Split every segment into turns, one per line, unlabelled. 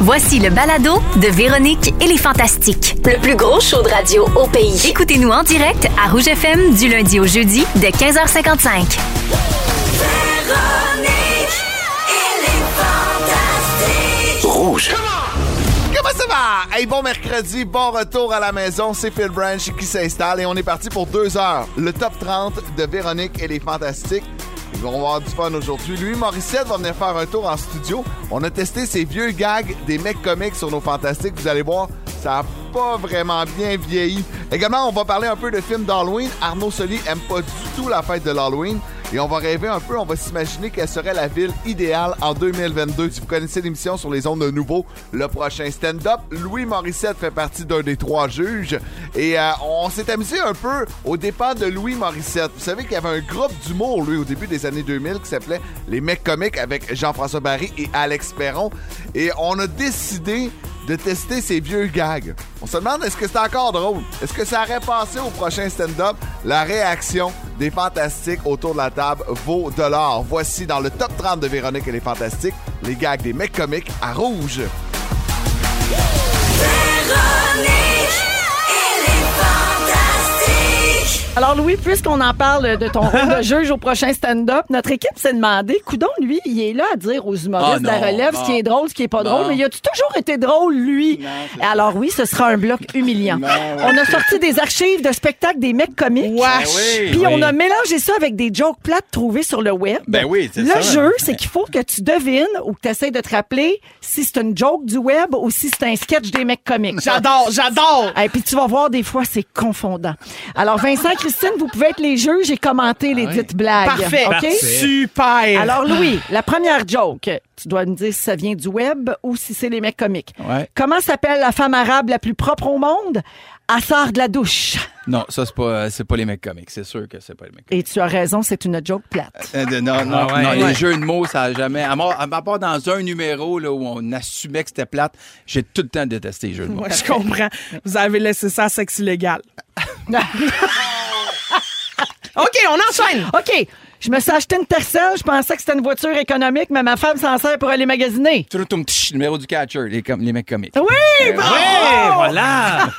Voici le balado de Véronique et les Fantastiques. Le plus gros show de radio au pays. Écoutez-nous en direct à Rouge FM du lundi au jeudi dès 15h55.
Rouge.
Comment ça va? Hey, bon mercredi, bon retour à la maison. C'est Phil Branch qui s'installe et on est parti pour deux heures. Le top 30 de Véronique et les Fantastiques. Ils vont avoir du fun aujourd'hui. Lui, Morissette va venir faire un tour en studio. On a testé ses vieux gags des mecs comiques sur nos Fantastiques. Vous allez voir, ça a pas vraiment bien vieilli. Également, on va parler un peu de films d'Halloween. Arnaud Soli aime pas du tout la fête de l'Halloween. Et on va rêver un peu, on va s'imaginer quelle serait la ville idéale en 2022. Si vous connaissez l'émission sur les ondes de nouveau, le prochain stand-up, Louis Morissette fait partie d'un des trois juges. Et euh, on s'est amusé un peu au départ de Louis Morissette. Vous savez qu'il y avait un groupe d'humour, lui, au début des années 2000 qui s'appelait Les Mecs Comiques avec Jean-François Barry et Alex Perron. Et on a décidé de tester ces vieux gags. On se demande est-ce que c'est encore drôle? Est-ce que ça aurait passé au prochain stand-up? La réaction des fantastiques autour de la table vaut de l'or. Voici dans le top 30 de Véronique et les fantastiques, les gags des mecs comiques à rouge.
Alors Louis, puisqu'on en parle de ton rôle de juge au prochain stand-up, notre équipe s'est demandé, Coudon, lui, il est là à dire aux humoristes
Ah
de la
non,
relève
non.
ce qui est drôle, ce qui est pas
Non.
drôle, mais il a-tu toujours été drôle, lui? Alors oui, ce sera un bloc humiliant.
Non.
On a sorti des archives de spectacles des mecs comiques.
Ah oui,
Puis
oui.
on a mélangé ça avec des jokes plates trouvées sur le web.
Ben oui, c'est
Le
ça.
jeu, c'est qu'il faut que tu devines ou que tu essaies de te rappeler si c'est une joke du web ou si c'est un sketch des mecs comiques.
J'adore, j'adore.
Et puis tu vas voir, des fois, c'est confondant. Alors, Vincent, Christine, vous pouvez être les juges et commenter
Ah
les dites blagues.
Parfait.
OK?
Super.
Alors, Louis, la première joke, tu dois me dire si ça vient du web ou si c'est les mecs comiques.
Ouais.
Comment s'appelle la femme arabe la plus propre au monde? Elle sort de la douche.
Non, ça, c'est pas, euh, c'est pas les mecs comiques. C'est sûr que c'est pas les mecs
Et tu as raison, c'est une joke plate.
comiques. Euh, non,
Ah
non, non, les jeux de mots, ça a jamais. À, mort- à part dans un numéro là, où on assumait que c'était plate, j'ai tout le temps détesté les jeux de mots.
Ouais, je comprends. Vous avez laissé ça à sexe illégal. OK, on enchaîne.
OK. Je me suis acheté une Tercel, je pensais que c'était une voiture économique, mais ma femme s'en sert pour aller magasiner.
Troutoum, tch, Numéro du catcher, les, com- les mecs comiques.
Oui! Eh, bravo!
Ouais, voilà!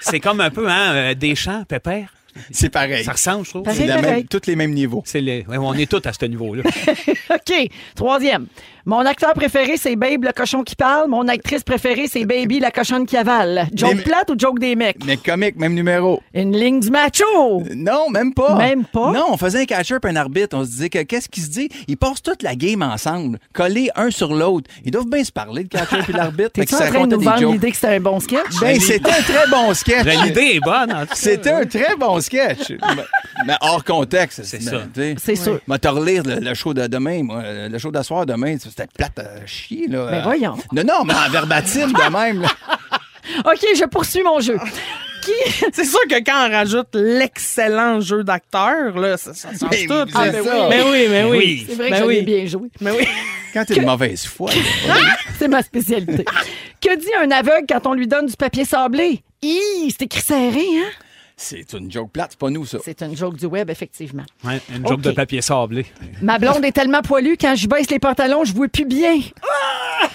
c'est comme un peu, hein, euh, Deschamps, Pépère.
C'est pareil.
Ça ressemble, je trouve.
Pareil.
C'est la même- tous les mêmes niveaux.
C'est le- ouais, on est tous à ce niveau-là.
OK. Troisième. Mon acteur préféré, c'est Babe, le cochon qui parle. Mon actrice préférée, c'est Baby, la cochonne qui avale. Joke
Mais-
plate ou joke des mecs?
Mecs comiques, même numéro. Euh,
Une ligne du macho!
Non, même pas.
Même pas?
Non, on faisait un catcher et un arbitre. On se disait que qu'est-ce qui se dit? Ils passent toute la game ensemble, collés un sur l'autre. Ils doivent bien se parler, le catcher puis l'arbitre.
T'es-tu
Fait
en
qu'ils se
train de nous
racontaient des
vendre
jokes.
l'idée que c'était un bon sketch?
Ben, c'était un très bon sketch.
Ben, L'idée est bonne. en tout cas.
C'était un très bon sketch. Mais hors contexte,
C'est
mais,
ça.
tu sais.
C'est sûr.
Moi, te relire le, le show de demain, moi, le show d'asseoir demain, c'était plate à chier, là.
Ben, voyons.
Non, non, mais en verbatim de même, là.
OK, je poursuis mon jeu. Qui...
C'est sûr que quand on rajoute l'excellent jeu d'acteur, là, ça, ça change
Mais
tout.
c'est
là.
ça.
Mais oui, mais oui.
Ah, ben C'est vrai que
Ben
je l'ai
oui.
bien joué.
Mais oui.
Quand t'es de mauvaise foi, là.
C'est ma spécialité. que dit un aveugle quand on lui donne du papier sablé? Hi, c'est écrit serré, hein?
c'est une joke plate, c'est pas nous, ça.
C'est une joke du web, effectivement.
Ouais, une joke
Ok.
de papier sablé.
Ma blonde est tellement poilue, quand je baisse les pantalons, je vois plus bien.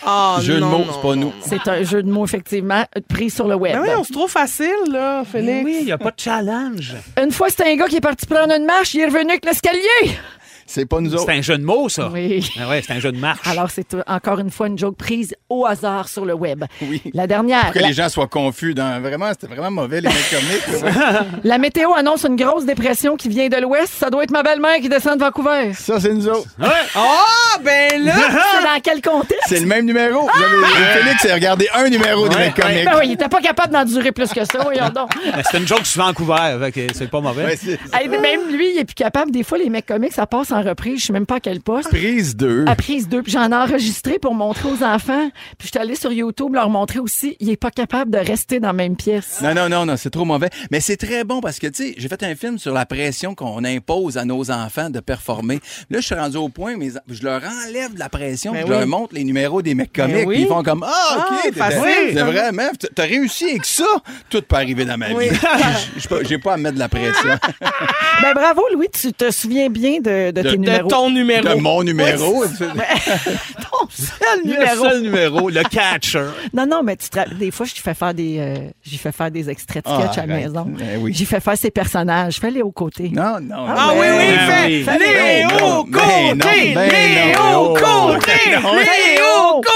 Ah,
Jeu de
non,
mots,
non.
c'est pas nous.
C'est un jeu de mots, effectivement, pris sur le web.
Ben oui, on se trouve facile, là,
Mais
Félix.
oui, il n'y a pas de challenge.
Une fois, c'était un gars qui est parti prendre une marche, il est revenu avec l'escalier.
C'est pas nous
C'est
autres.
un jeu de mots, ça.
Oui.
Ah ouais, c'est un jeu de marche.
Alors, c'est euh, encore une fois une joke prise au hasard sur le web. La dernière.
Que
la,
les gens soient confus. Dans... Vraiment, c'était vraiment mauvais, les mecs comiques. là.
la météo annonce une grosse dépression qui vient de l'ouest. Ça doit être ma belle-mère qui descend de Vancouver.
Ça, c'est nous autres.
Ah, ben là!
C'est dans quel contexte?
C'est le même numéro. Vous
Ah!
avez... Félix a regardé un numéro des mecs comiques.
Ben oui, il n'était pas capable d'en durer plus que ça, voyons donc.
Mais Ben, C'est une joke sur Vancouver, fait que c'est pas mauvais.
Ouais, c'est-
Hey, même lui, il est plus capable. Des fois, les mecs comiques, ça passe en reprise. Je sais même pas à quel poste.
Prise 2.
à prise 2. Puis j'en ai enregistré pour montrer aux enfants. Puis je suis allée sur YouTube leur montrer aussi. Il est pas capable de rester dans la même pièce.
Non, non, non, non, c'est trop mauvais. Mais c'est très bon parce que, tu sais, j'ai fait un film sur la pression qu'on impose à nos enfants de performer. Là, je suis rendu au point, mais je leur enlève de la pression,
Ben
puis
oui.
je leur montre les numéros des mecs comiques,
Ben oui.
puis ils font comme Ah,
Ah,
OK, t'es-
facile,
t'es-
ça.
t'es vraiment, t'as- t'as réussi avec ça. Tout peut arriver dans ma vie. J'ai- j'ai pas- J'ai pas à mettre de la pression.
Ben bravo, Louis, tu te souviens bien de, de tes
De
numéros.
ton numéro.
de mon numéro. tu sais.
Ton seul
Le
Ah, numéro.
seul numéro, le catcher.
Non, non, mais tu te ra- des fois, je fais faire des, euh, j'y fais faire des extraits de
Ah,
sketch à la
arrête.
maison.
Ben oui.
J'y fais faire ses personnages. Fais-les aux côtés.
Non, non.
Ah
non.
oui, oui,
Ben
fais-
fais-
Ben
Léo
non, ben non, ben
Ah
Côté,
non.
Léo Côté,
Ben non.
Oh,
Léo Côté!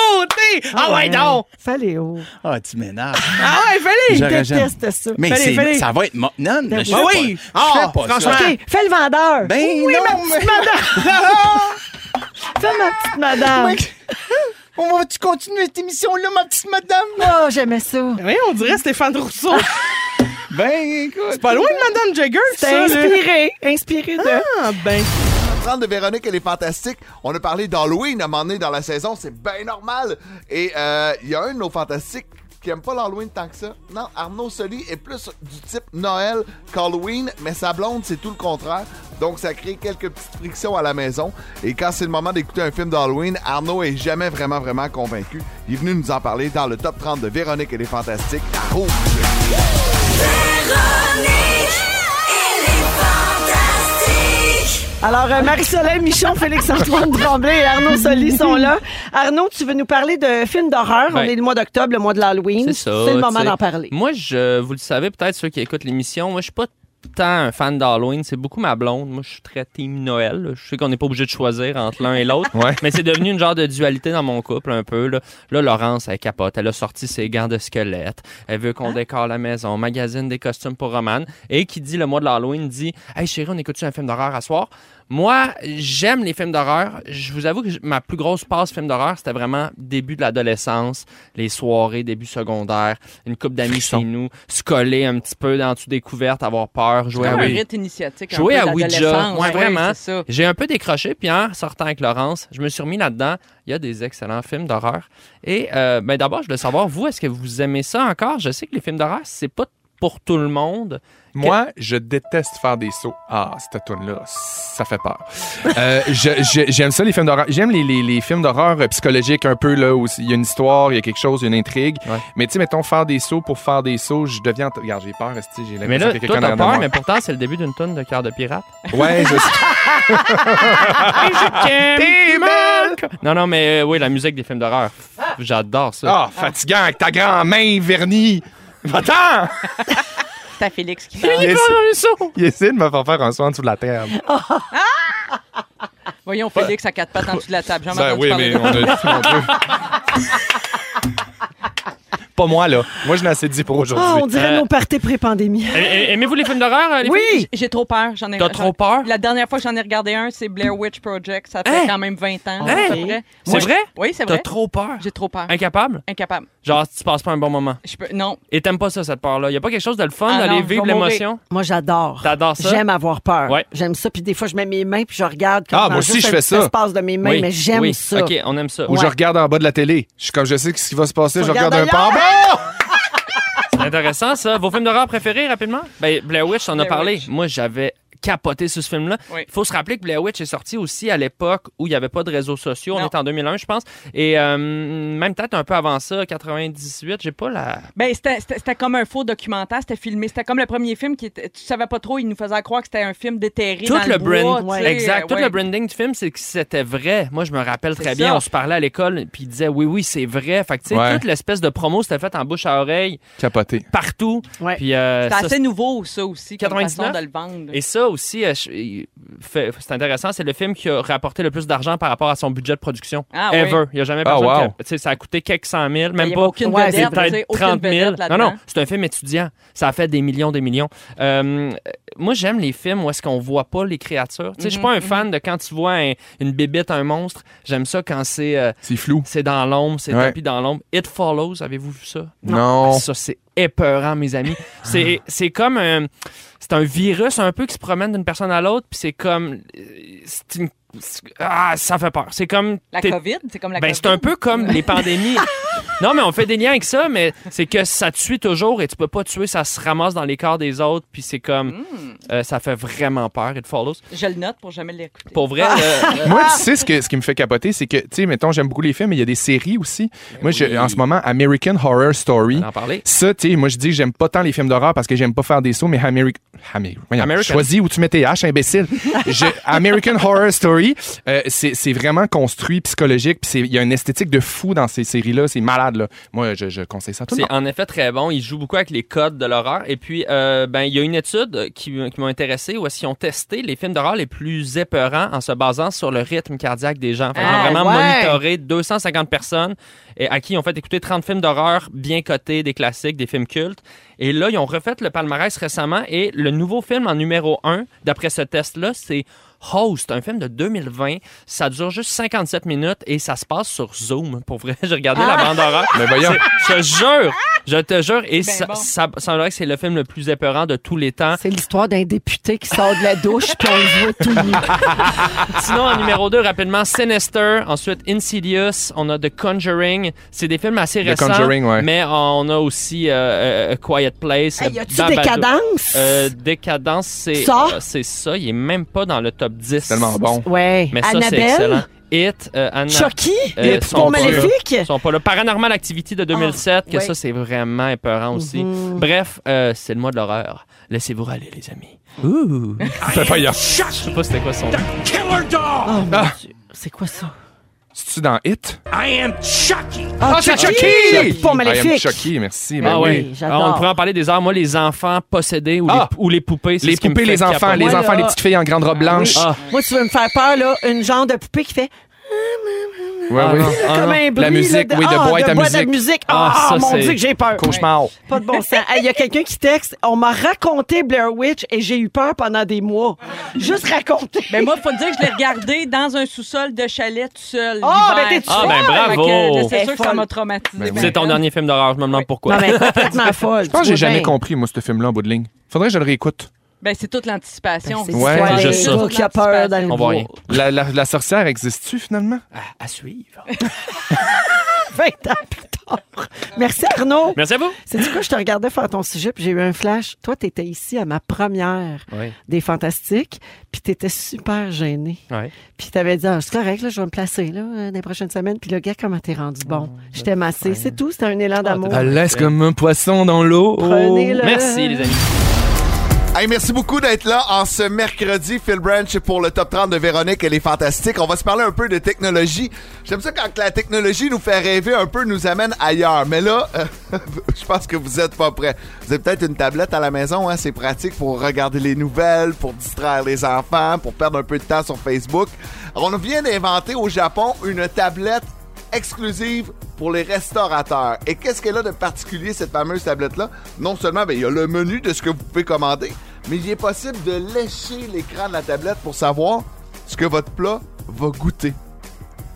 Ah ouais,
ben
donc!
Fais-les aux.
Ah, tu m'énerves.
Ah ouais, fallait!
J'aurais
déteste
jamais-
ça.
Mais
Fallait,
c'est-
fallait.
ça va être... mo- Non, mais je
Ah
fais
oui.
pas- je fais
Ah,
pas ça.
franchement.
Ben OK, fais le vendeur.
Ben non, mais-
Fais ma petite madame.
On va-tu continuer cette émission-là, ma petite madame?
Oh, j'aimais ça.
Ben Oui, on dirait Stéphane Rousseau.
Ben, écoute.
C'est pas loin de Madame Jagger,
T'es
ça, là.
inspiré. Inspiré de.
Ah ben,
Prendre de Véronique, elle est fantastique. On a parlé d'Halloween à un moment donné dans la saison, c'est bien normal. Et euh, il y a un de nos fantastiques qui aime pas l'Halloween tant que ça. Non, Arnaud Soli est plus du type Noël qu'Halloween, mais sa blonde, c'est tout le contraire. Donc, ça crée quelques petites frictions à la maison. Et quand c'est le moment d'écouter un film d'Halloween, Arnaud est jamais vraiment, vraiment convaincu. Il est venu nous en parler dans le top 30 de Véronique et les Fantastiques à Rouge.
Véronique, elle est fantastique.
Alors, euh, Marie-Soleil Michon, Félix-Antoine Tremblay et Arnaud Soli sont là. Arnaud, tu veux nous parler de films d'horreur. On
Ouais.
est le mois d'octobre, le mois de l'Halloween.
C'est ça.
le moment
tu sais.
d'en parler.
Moi, je, vous le savez peut-être, ceux qui écoutent l'émission, moi, je suis pas tant un fan d'Halloween. C'est beaucoup ma blonde. Moi, je suis très team Noël. là. Je sais qu'on n'est pas obligé de choisir entre l'un et l'autre. Mais c'est devenu une genre de dualité dans mon couple, un peu. Là, Là, Laurence, elle capote. Elle a sorti ses gants de squelette. Elle veut
Hein?
qu'on décore la maison. On magasine des costumes pour Roman. Et qui dit le mois de l'Halloween dit Hey, chérie, on écoute-tu un film d'horreur à soir? Moi, j'aime les films d'horreur. Je vous avoue que j- ma plus grosse passe film d'horreur, c'était vraiment début de l'adolescence, les soirées, début secondaire, une coupe d'amis chez nous, se coller un petit peu dans tout découverte, avoir peur, jouer à
Comme un
Ouija.
rite initiatique. un
Jouer
peu
à Ouija.
d'adolescence.
Ouais,
Oui,
vraiment.
c'est ça.
J'ai un peu décroché, puis en sortant avec Laurence, je me suis remis là-dedans. Il y a des excellents films d'horreur. Et euh, ben, d'abord, je voulais savoir, vous, est-ce que vous aimez ça encore? Je sais que les films d'horreur, c'est pas pour tout le monde.
Moi, je déteste faire des sauts. Ah, cette toune-là, ça fait peur. Euh, je- je- J'aime ça, les films d'horreur. J'aime les, les- les films d'horreur euh, psychologiques un peu, là, où il y a une histoire, il y a quelque chose, il y a une intrigue.
Ouais.
Mais tu sais, mettons, faire des sauts pour faire des sauts, je deviens... Regarde, j'ai peur, esti, j'ai
Mais
l'impression
là,
que
toi,
quelqu'un
t'as
en a
peur, mais pourtant, c'est le début d'une tonne de cœur de pirate.
Ouais, je sais.
Non, non, mais euh, oui, la musique des films d'horreur. J'adore ça.
Ah, fatigant, avec ta grand-main vernie. Va-t'en!
C'est à Félix qui parle.
Il essaie, il essaie de me faire faire un soin en dessous de la table.
Ah.
Ah, Voyons Félix à quatre pattes en dessous de la table. J'en
Ben oui, mais on a Pas moi, là. Moi, je n'ai assez dit pour
Ah, on
aujourd'hui.
dirait
Euh,
nos parties pré-pandémie.
Eh, eh, Aimez-vous les films d'horreur? euh, les films-
Oui!
J'ai trop peur. J'en ai
T'as trop peur?
La dernière fois que j'en ai regardé un, c'est Blair Witch Project. Ça fait
Hein?
quand même 20 ans.
Hein?
à peu près.
C'est
Moi,
vrai?
je- Oui, c'est
T'as
vrai.
trop peur?
J'ai trop peur.
Incapable?
Incapable.
Genre, tu passes pas un bon moment.
Je peux... Non.
Et t'aimes pas ça, cette peur-là? Y a pas quelque chose de le fun
Ah
d'aller
non,
vivre
je vais mourir.
l'émotion?
Moi, j'adore.
T'adores ça?
J'aime avoir peur.
Ouais.
J'aime ça. Puis des fois, je mets mes mains puis je regarde.
Ah,
comment
moi aussi,
juste
je
un
fais
petit
ça.
espace de mes mains,
Oui.
mais j'aime
Oui.
ça.
OK, on aime ça.
Ou je regarde en bas de la télé. Je suis comme, je sais ce qui va se passer, je regarde
regardes
un pan.
C'est intéressant, ça. Vos films d'horreur préférés, rapidement? Ben, Blair Witch, t'en as
Blair
parlé.
Witch.
Moi, j'avais capoté sur ce film-là. Il
Oui.
faut se rappeler que Blair Witch est sorti aussi à l'époque où il n'y avait pas de réseaux sociaux. On
Non.
est en 2001, je pense. Et euh, même peut-être un peu avant ça, 98, j'ai pas la...
Ben, c'était- c'était c'était comme un faux documentaire. C'était filmé. C'était comme le premier film qui était... Tu savais pas trop. Il nous faisait croire que c'était un film déterré
Tout
dans
le,
le, bois,
brand-
tu sais,
exact.
euh,
Tout
ouais.
le branding du film, c'est que c'était vrai. Moi, je me rappelle
C'est
très bien.
ça.
On se parlait à l'école, puis il disait oui, oui, c'est vrai. Fait que, tu sais,
Ouais.
toute l'espèce de promo, c'était faite en bouche à oreille,
Capoté.
partout.
Ouais.
Puis, euh,
C'était
ça,
assez nouveau, ça aussi, comme
99?
façon de le vendre.
Et ça aussi, euh, je- il fait- c'est intéressant, c'est le film qui a rapporté le plus d'argent par rapport à son budget de production.
Ah oui. Ben,
Ever. Il n'y a jamais
Ah,
personne
wow.
qui a- tu sais, Ça a coûté quelques cent mille,
Il
même
y
pas.
avait aucune
Ouais,
C'est
vedette, tu sais,
peut-être
aucune
30 000.
vedette
Non,
là-dedans.
non, c'est un film étudiant. Ça a fait des millions, des millions. Euh, euh, moi, j'aime les films où est-ce qu'on voit pas les créatures. Tu sais, Je suis pas
Mm-hmm,
un fan de quand tu vois un- une bébite, un monstre. J'aime ça quand c'est euh,
C'est flou.
c'est dans l'ombre, c'est
Ouais.
tapis dans l'ombre. It Follows, avez-vous vu ça? Ah,
Non.
Ça, c'est épeurant, mes amis. C'est, c'est comme un, c'est un virus un peu qui se promène d'une personne à l'autre, puis c'est comme. euh, C'est une- c'est- ah, ça fait peur. C'est comme.
La
t'es-
COVID, c'est comme la
ben,
COVID.
c'est un peu comme les pandémies. non, mais on fait des liens avec ça, mais c'est que ça te suit toujours et tu peux pas tuer, ça se ramasse dans les corps des autres, puis c'est comme.
Hmm.
euh, ça fait vraiment peur, It Follows.
Je le note pour jamais l'écouter.
Pour vrai, le-
Moi, tu sais, ce, que- ce qui me fait capoter, c'est que, tu sais, mettons, j'aime beaucoup les films, mais il y a des séries aussi. Moi, je- en ce moment, American Horror Story.
Ben on va en parler.
Ça, tu sais, moi, je dis que j'aime pas tant les films d'horreur parce que j'aime pas faire des sauts, mais Ameri- Ameri- voyons,
American.
Choisis où tu mets tes H, imbécile. Je- American Horror Story, Puis euh, c'est c'est vraiment construit, psychologique. Puis c'est- il y a une esthétique de fou dans ces séries-là. C'est malade, là. Moi, je, je conseille ça à tout le
C'est
monde.
en effet très bon. Ils jouent beaucoup avec les codes de l'horreur. Et puis, euh, ben, il y a une étude qui, qui m'a intéressé où est-ce qu'ils ont testé les films d'horreur les plus épeurants en se basant sur le rythme cardiaque des gens. Fait qu'ils ont
Ah,
vraiment
ouais.
monitoré 250 personnes et à qui ils ont fait écouter 30 films d'horreur bien cotés, des classiques, des films cultes. Et là, ils ont refait le palmarès récemment et le nouveau film en numéro 1, d'après ce test-là, c'est Host, un film de 2020. Ça dure juste 57 minutes et ça se passe sur Zoom. Pour vrai, j'ai regardé la
Ah.
bande horreur.
Mais voyons.
C'est- je te jure, je te jure, et
Ben
ça,
bon.
ça semblerait que c'est le film le plus épeurant de tous les temps.
C'est l'histoire d'un député qui sort de la douche puis on le voit tout nu.
Sinon, en numéro 2, rapidement, Sinister, ensuite Insidious, on a The Conjuring. C'est des films assez
The
récents,
Conjuring, ouais.
mais on a aussi euh, euh, A Quiet Place.
Hey, y a-tu
Babado.
Décadence?
Euh, Décadence, c'est
Ça?
euh, c'est ça. Il est même pas dans le top 10.
Tellement bon.
Ouais.
Mais ça, c'est
Annabelle?
excellent. It, euh, Anna-
Chucky?
euh,
Le petit
sont
pont
pas là.
maléfique? Ah,
Ils sont pas là. Paranormal Activity de 2007, que
ouais. Mm-hmm.
ça, c'est vraiment épeurant aussi. Bref, euh, c'est le mois de l'horreur. Laissez-vous râler, les amis. Ouh!
Pépaya.
Je sais pas c'était quoi son nom.
Killer dog!
Oh,
Ah.
C'est quoi ça?
C'est-tu dans Hit?
I am Chucky!
Ah,
c'est
Chucky!
Chucky!
Le pont
I am
maléfique.
Chucky, merci. ben
Ah
oui.
oui,
j'adore.
on pourrait en parler des heures. Moi, les enfants possédés ou,
Ah!
les, ou les poupées, c'est
Les
ce qui me
poupées,
fait
les enfants,
capoter.
les
Voilà.
enfants, les petites filles en grande robe blanche.
Ah.
Moi, tu veux me faire peur, là, une genre de poupée qui fait
Ouais,
Ah
oui.
non, ah
comme
non.
un bruit.
La musique,
là, de,
oui, de
ah,
boîte à musique.
Ah,
Ah, ça,
mon
c'est-
Dieu, que j'ai peur.
Cauchemar.
Pas de bon sens. Hey, Il y a quelqu'un qui texte On m'a raconté Blair Witch et j'ai eu peur pendant des mois. Juste raconter.
Ben moi, faut dire que je l'ai regardé dans un sous-sol de chalet tout seul.
Ah,
l'hiver.
ben, t'es-tu
Ah, ben,
Fait que,
bravo.
là, C'est sûr
Elle
que
folle.
ça m'a traumatisé.
Ben oui.
C'est ton dernier film d'horreur, je me demande pourquoi.
Non, mais elle est complètement folle.
ben,
ben,
Je pense que j'ai jamais compris, moi, ce film-là, en bout de ligne. Faudrait que je le réécoute.
Ben, c'est toute l'anticipation.
Ben, C'est
Ouais,
ouais,
juste
juste
ça.
qui a peur dans le
On voit
bois.
rien.
La, la- la sorcière existe-tu, finalement?
À, à suivre.
20 ans plus tard. Merci, Arnaud.
Merci à vous.
C'est du quoi, je te regardais faire ton sujet, puis j'ai eu un flash. Toi, t'étais ici à ma première
Oui.
des Fantastiques, puis t'étais super gêné. Puis t'avais dit, ah, c'est correct, là, je vais me placer là, euh, dans les prochaines semaines. Puis le gars, comment t'es rendu bon?
Ah,
Je t'ai massé. C'est tout, c'était un élan d'amour.
Elle laisse comme un poisson dans l'eau. Oh.
Prenez-le.
Merci, les amis.
Hey, merci beaucoup d'être là en ce mercredi, Phil Branch, pour le top 30 de Véronique. Elle est fantastique. On va se parler un peu de technologie. J'aime ça quand la technologie nous fait rêver un peu, nous amène ailleurs. Mais là, euh, je pense que vous êtes pas prêts. Vous avez peut-être une tablette à la maison, hein. C'est pratique pour regarder les nouvelles, pour distraire les enfants, pour perdre un peu de temps sur Facebook. On vient d'inventer au Japon une tablette exclusive pour les restaurateurs. Et qu'est-ce qu'elle a de particulier, cette fameuse tablette-là? Non seulement, ben, il y a le menu de ce que vous pouvez commander, mais il est possible de lécher l'écran de la tablette pour savoir ce que votre plat va goûter.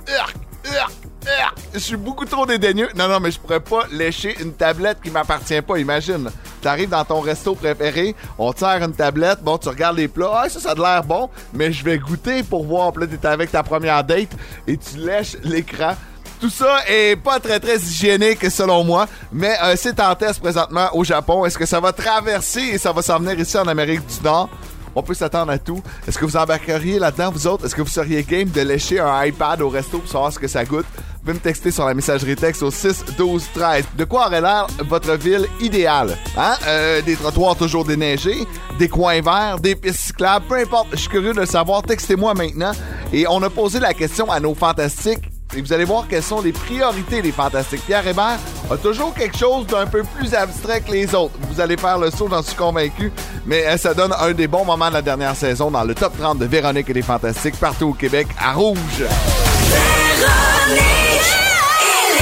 Urk, urk, urk. Je suis beaucoup trop dédaigneux. Non, non, mais je pourrais pas lécher une tablette qui m'appartient pas, imagine. T'arrives dans ton resto préféré, on tire une tablette, bon, tu regardes les plats, ah, ça, ça a de l'air bon, mais je vais goûter pour voir. Puis là, t'es avec ta première date et tu lèches l'écran. Tout ça est pas très très hygiénique selon moi, mais euh, c'est en test présentement au Japon. Est-ce que ça va traverser et ça va s'en venir ici en Amérique du Nord? On peut s'attendre à tout. Est-ce que vous embarqueriez là-dedans, vous autres? Est-ce que vous seriez game de lécher un iPad au resto pour savoir ce que ça goûte? Vous pouvez me texter sur la messagerie texte au 6 12 13. De quoi aurait l'air votre ville idéale? Hein? Euh, des trottoirs toujours déneigés, des coins verts, des pistes cyclables, peu importe. Je suis curieux de le savoir. Textez-moi maintenant. Et on a posé la question à nos fantastiques et vous allez voir quelles sont les priorités des Fantastiques. Pierre Hébert a toujours quelque chose d'un peu plus abstrait que les autres. Vous allez faire le saut, j'en suis convaincu. Mais euh, ça donne un des bons moments de la dernière saison dans le top 30 de Véronique et les Fantastiques partout au Québec à Rouge.
Véronique, elle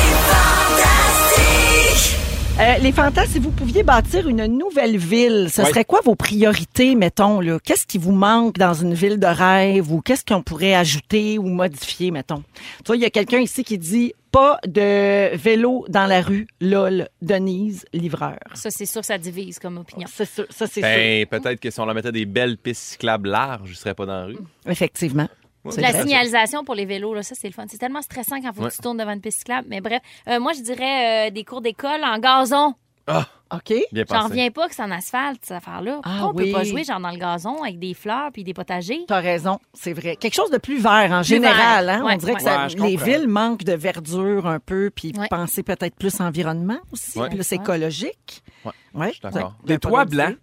est fantastique!
Euh, les fantasmes, si vous pouviez bâtir une nouvelle ville, ce
Ouais.
serait quoi vos priorités, mettons? là? Qu'est-ce qui vous manque dans une ville de rêve ou qu'est-ce qu'on pourrait ajouter ou modifier, mettons? Tu vois, il y a quelqu'un ici qui dit pas de vélo dans la rue, lol, Denise, livreur.
Ça, c'est sûr, ça divise comme opinion.
C'est sûr, ça c'est
Ben, peut-être que si on leur mettait des belles pistes cyclables larges, je serais pas dans la rue.
sûr. Effectivement. C'est
La
vrai.
signalisation pour les vélos, là, ça, c'est le fun. C'est tellement stressant quand faut
Ouais.
que tu tournes devant une piste cyclable. Mais bref, Euh, moi, je dirais euh, des cours d'école en gazon.
Ah.
OK.
Bien
J'en
pensé.
reviens pas que c'est en asphalte, cette affaire-là.
Ah
Pourquoi on
oui.
peut pas jouer genre dans le gazon avec des fleurs puis des potagers?
T'as raison, c'est vrai. Quelque chose de plus vert en général.
vert.
Hein?
Ouais,
On dirait que
ouais.
ça-
Ouais, je
les
comprends.
villes manquent de verdure un peu, puis
Ouais.
penser peut-être plus environnement aussi,
Ouais.
plus écologique.
Ouais,
Ouais.
je suis d'accord.
Vous avez
Des
pas
toits
d'autres
blancs.
idées?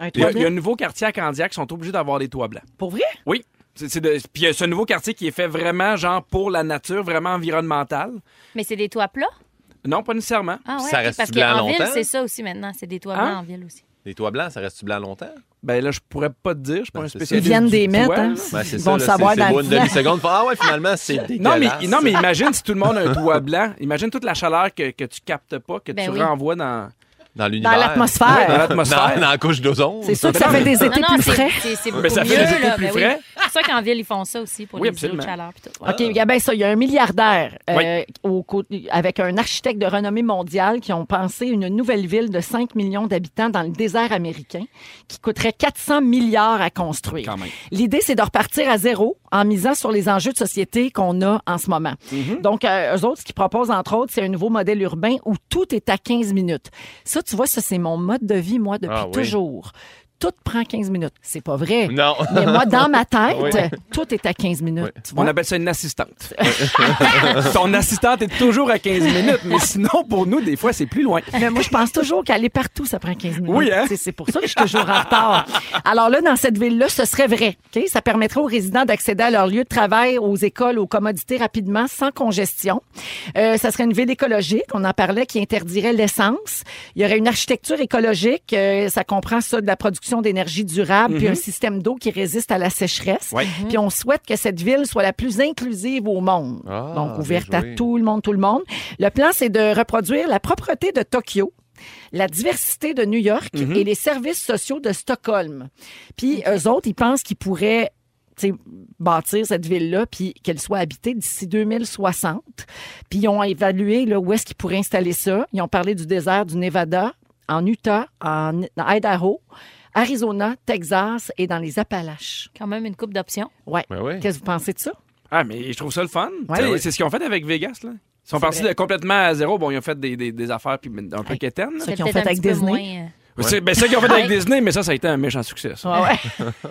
Un
Il y,
toit
a, il y a
blanc.
un nouveau quartier à Candiac qui sont obligés d'avoir des toits blancs.
Pour vrai?
Oui.
C'est- c'est de- Puis il y a ce nouveau quartier qui est fait vraiment genre pour la nature, vraiment environnementale.
Mais c'est des toits plats?
Non, pas nécessairement.
Ah ouais,
Ça
ok,
reste
parce
blanc
qu'en ville,
longtemps?
c'est ça aussi maintenant. C'est des toits
Hein?
blancs en ville aussi.
Les toits blancs, ça reste-tu blanc longtemps?
Ben là, je pourrais pas te dire. Je suis pas un
spécialiste.
Ils viennent des mettre, hein.
Ben, c'est
Ils
ça,
vont
là,
le savoir
c'est-
dans
C'est beau
le
une
temps.
demi-seconde. Ah ouais, finalement, c'est
Non
dégueulasse.
mais, non, mais imagine si tout le monde a un toit blanc. Imagine toute la chaleur que, que tu captes pas, que
Ben
tu
oui.
renvoies dans...
Dans
l'univers. Dans l'atmosphère.
Oui, dans l'atmosphère.
Dans- dans la couche d'ozone.
C'est sûr que
Ben
ça
non,
fait
mais-
des étés
non,
plus
c'est-
frais.
C'est c'est
Mais
beaucoup
ça
mieux,
fait des étés
là.
plus
ben oui.
frais.
C'est sûr qu'en ville, ils font ça aussi pour
Oui,
les îles de
absolument.
chaleur. puis tout.
OK, regarde bien ça. Il y a un milliardaire euh,
Oui.
au cô- avec un architecte de renommée mondiale qui ont pensé une nouvelle ville de 5 millions d'habitants dans le désert américain qui coûterait 400 milliards à construire.
Quand même.
L'idée, c'est de repartir à zéro en misant sur les enjeux de société qu'on a en ce moment.
Mhm.
Donc, euh, eux autres, ce qu'ils proposent, entre autres, c'est un nouveau modèle urbain où tout est à 15 minutes. Ça, tu vois, ça, c'est mon mode de vie, moi, depuis
Ah oui.
toujours. Tout prend 15 minutes. C'est pas vrai.
Non.
Mais moi, dans ma tête,
Oui.
tout est à 15 minutes. tu
On
vois.
appelle ça une assistante. Ton assistante est toujours à 15 minutes, mais sinon, pour nous, des fois, c'est plus loin.
Mais moi, je pense toujours qu'aller partout, ça prend 15 minutes.
Oui, hein?
C'est- C'est pour ça que je suis toujours en retard. Alors là, dans cette ville-là, ce serait vrai. OK? Ça permettrait aux résidents d'accéder à leur lieu de travail, aux écoles, aux commodités rapidement, sans congestion. Euh, ça serait une ville écologique, on en parlait, qui interdirait l'essence. Il y aurait une architecture écologique. euh, ça comprend ça de la production d'énergie durable, puis
Mhm.
un système d'eau qui résiste à la sécheresse.
Ouais.
Puis on souhaite que cette ville soit la plus inclusive au monde. Donc,
Ah, bien
ouverte à
joué.
tous tout le monde, tout le monde. Le plan, c'est de reproduire la propreté de Tokyo. La diversité de New York
Mhm.
et les services sociaux de Stockholm. Puis eux autres, ils pensent qu'ils pourraient tu sais, bâtir cette ville-là, puis qu'elle soit habitée d'ici 2060. Puis ils ont évalué là, où est-ce qu'ils pourraient installer ça. Ils ont parlé du désert du Nevada, en Utah, en dans Idaho, Arizona, Texas et dans les Appalaches.
Quand même une coupe d'options.
Ouais.
Ben oui.
Qu'est-ce que vous pensez de ça?
Ah, mais je trouve ça le fun.
Ouais.
Tu sais,
Ouais.
C'est ce qu'ils ont fait avec Vegas. Là. Ils sont
C'est
partis
vrai.
de complètement à zéro. Bon, ils ont fait des, des- des affaires puis ben, un peu quétaines. là.
Ceux qui ont fait avec Disney.
hein.
C'est ben, ça qu'ils ont fait avec
Ouais.
Disney, mais ça, ça a été un méchant succès. ça.
Ouais,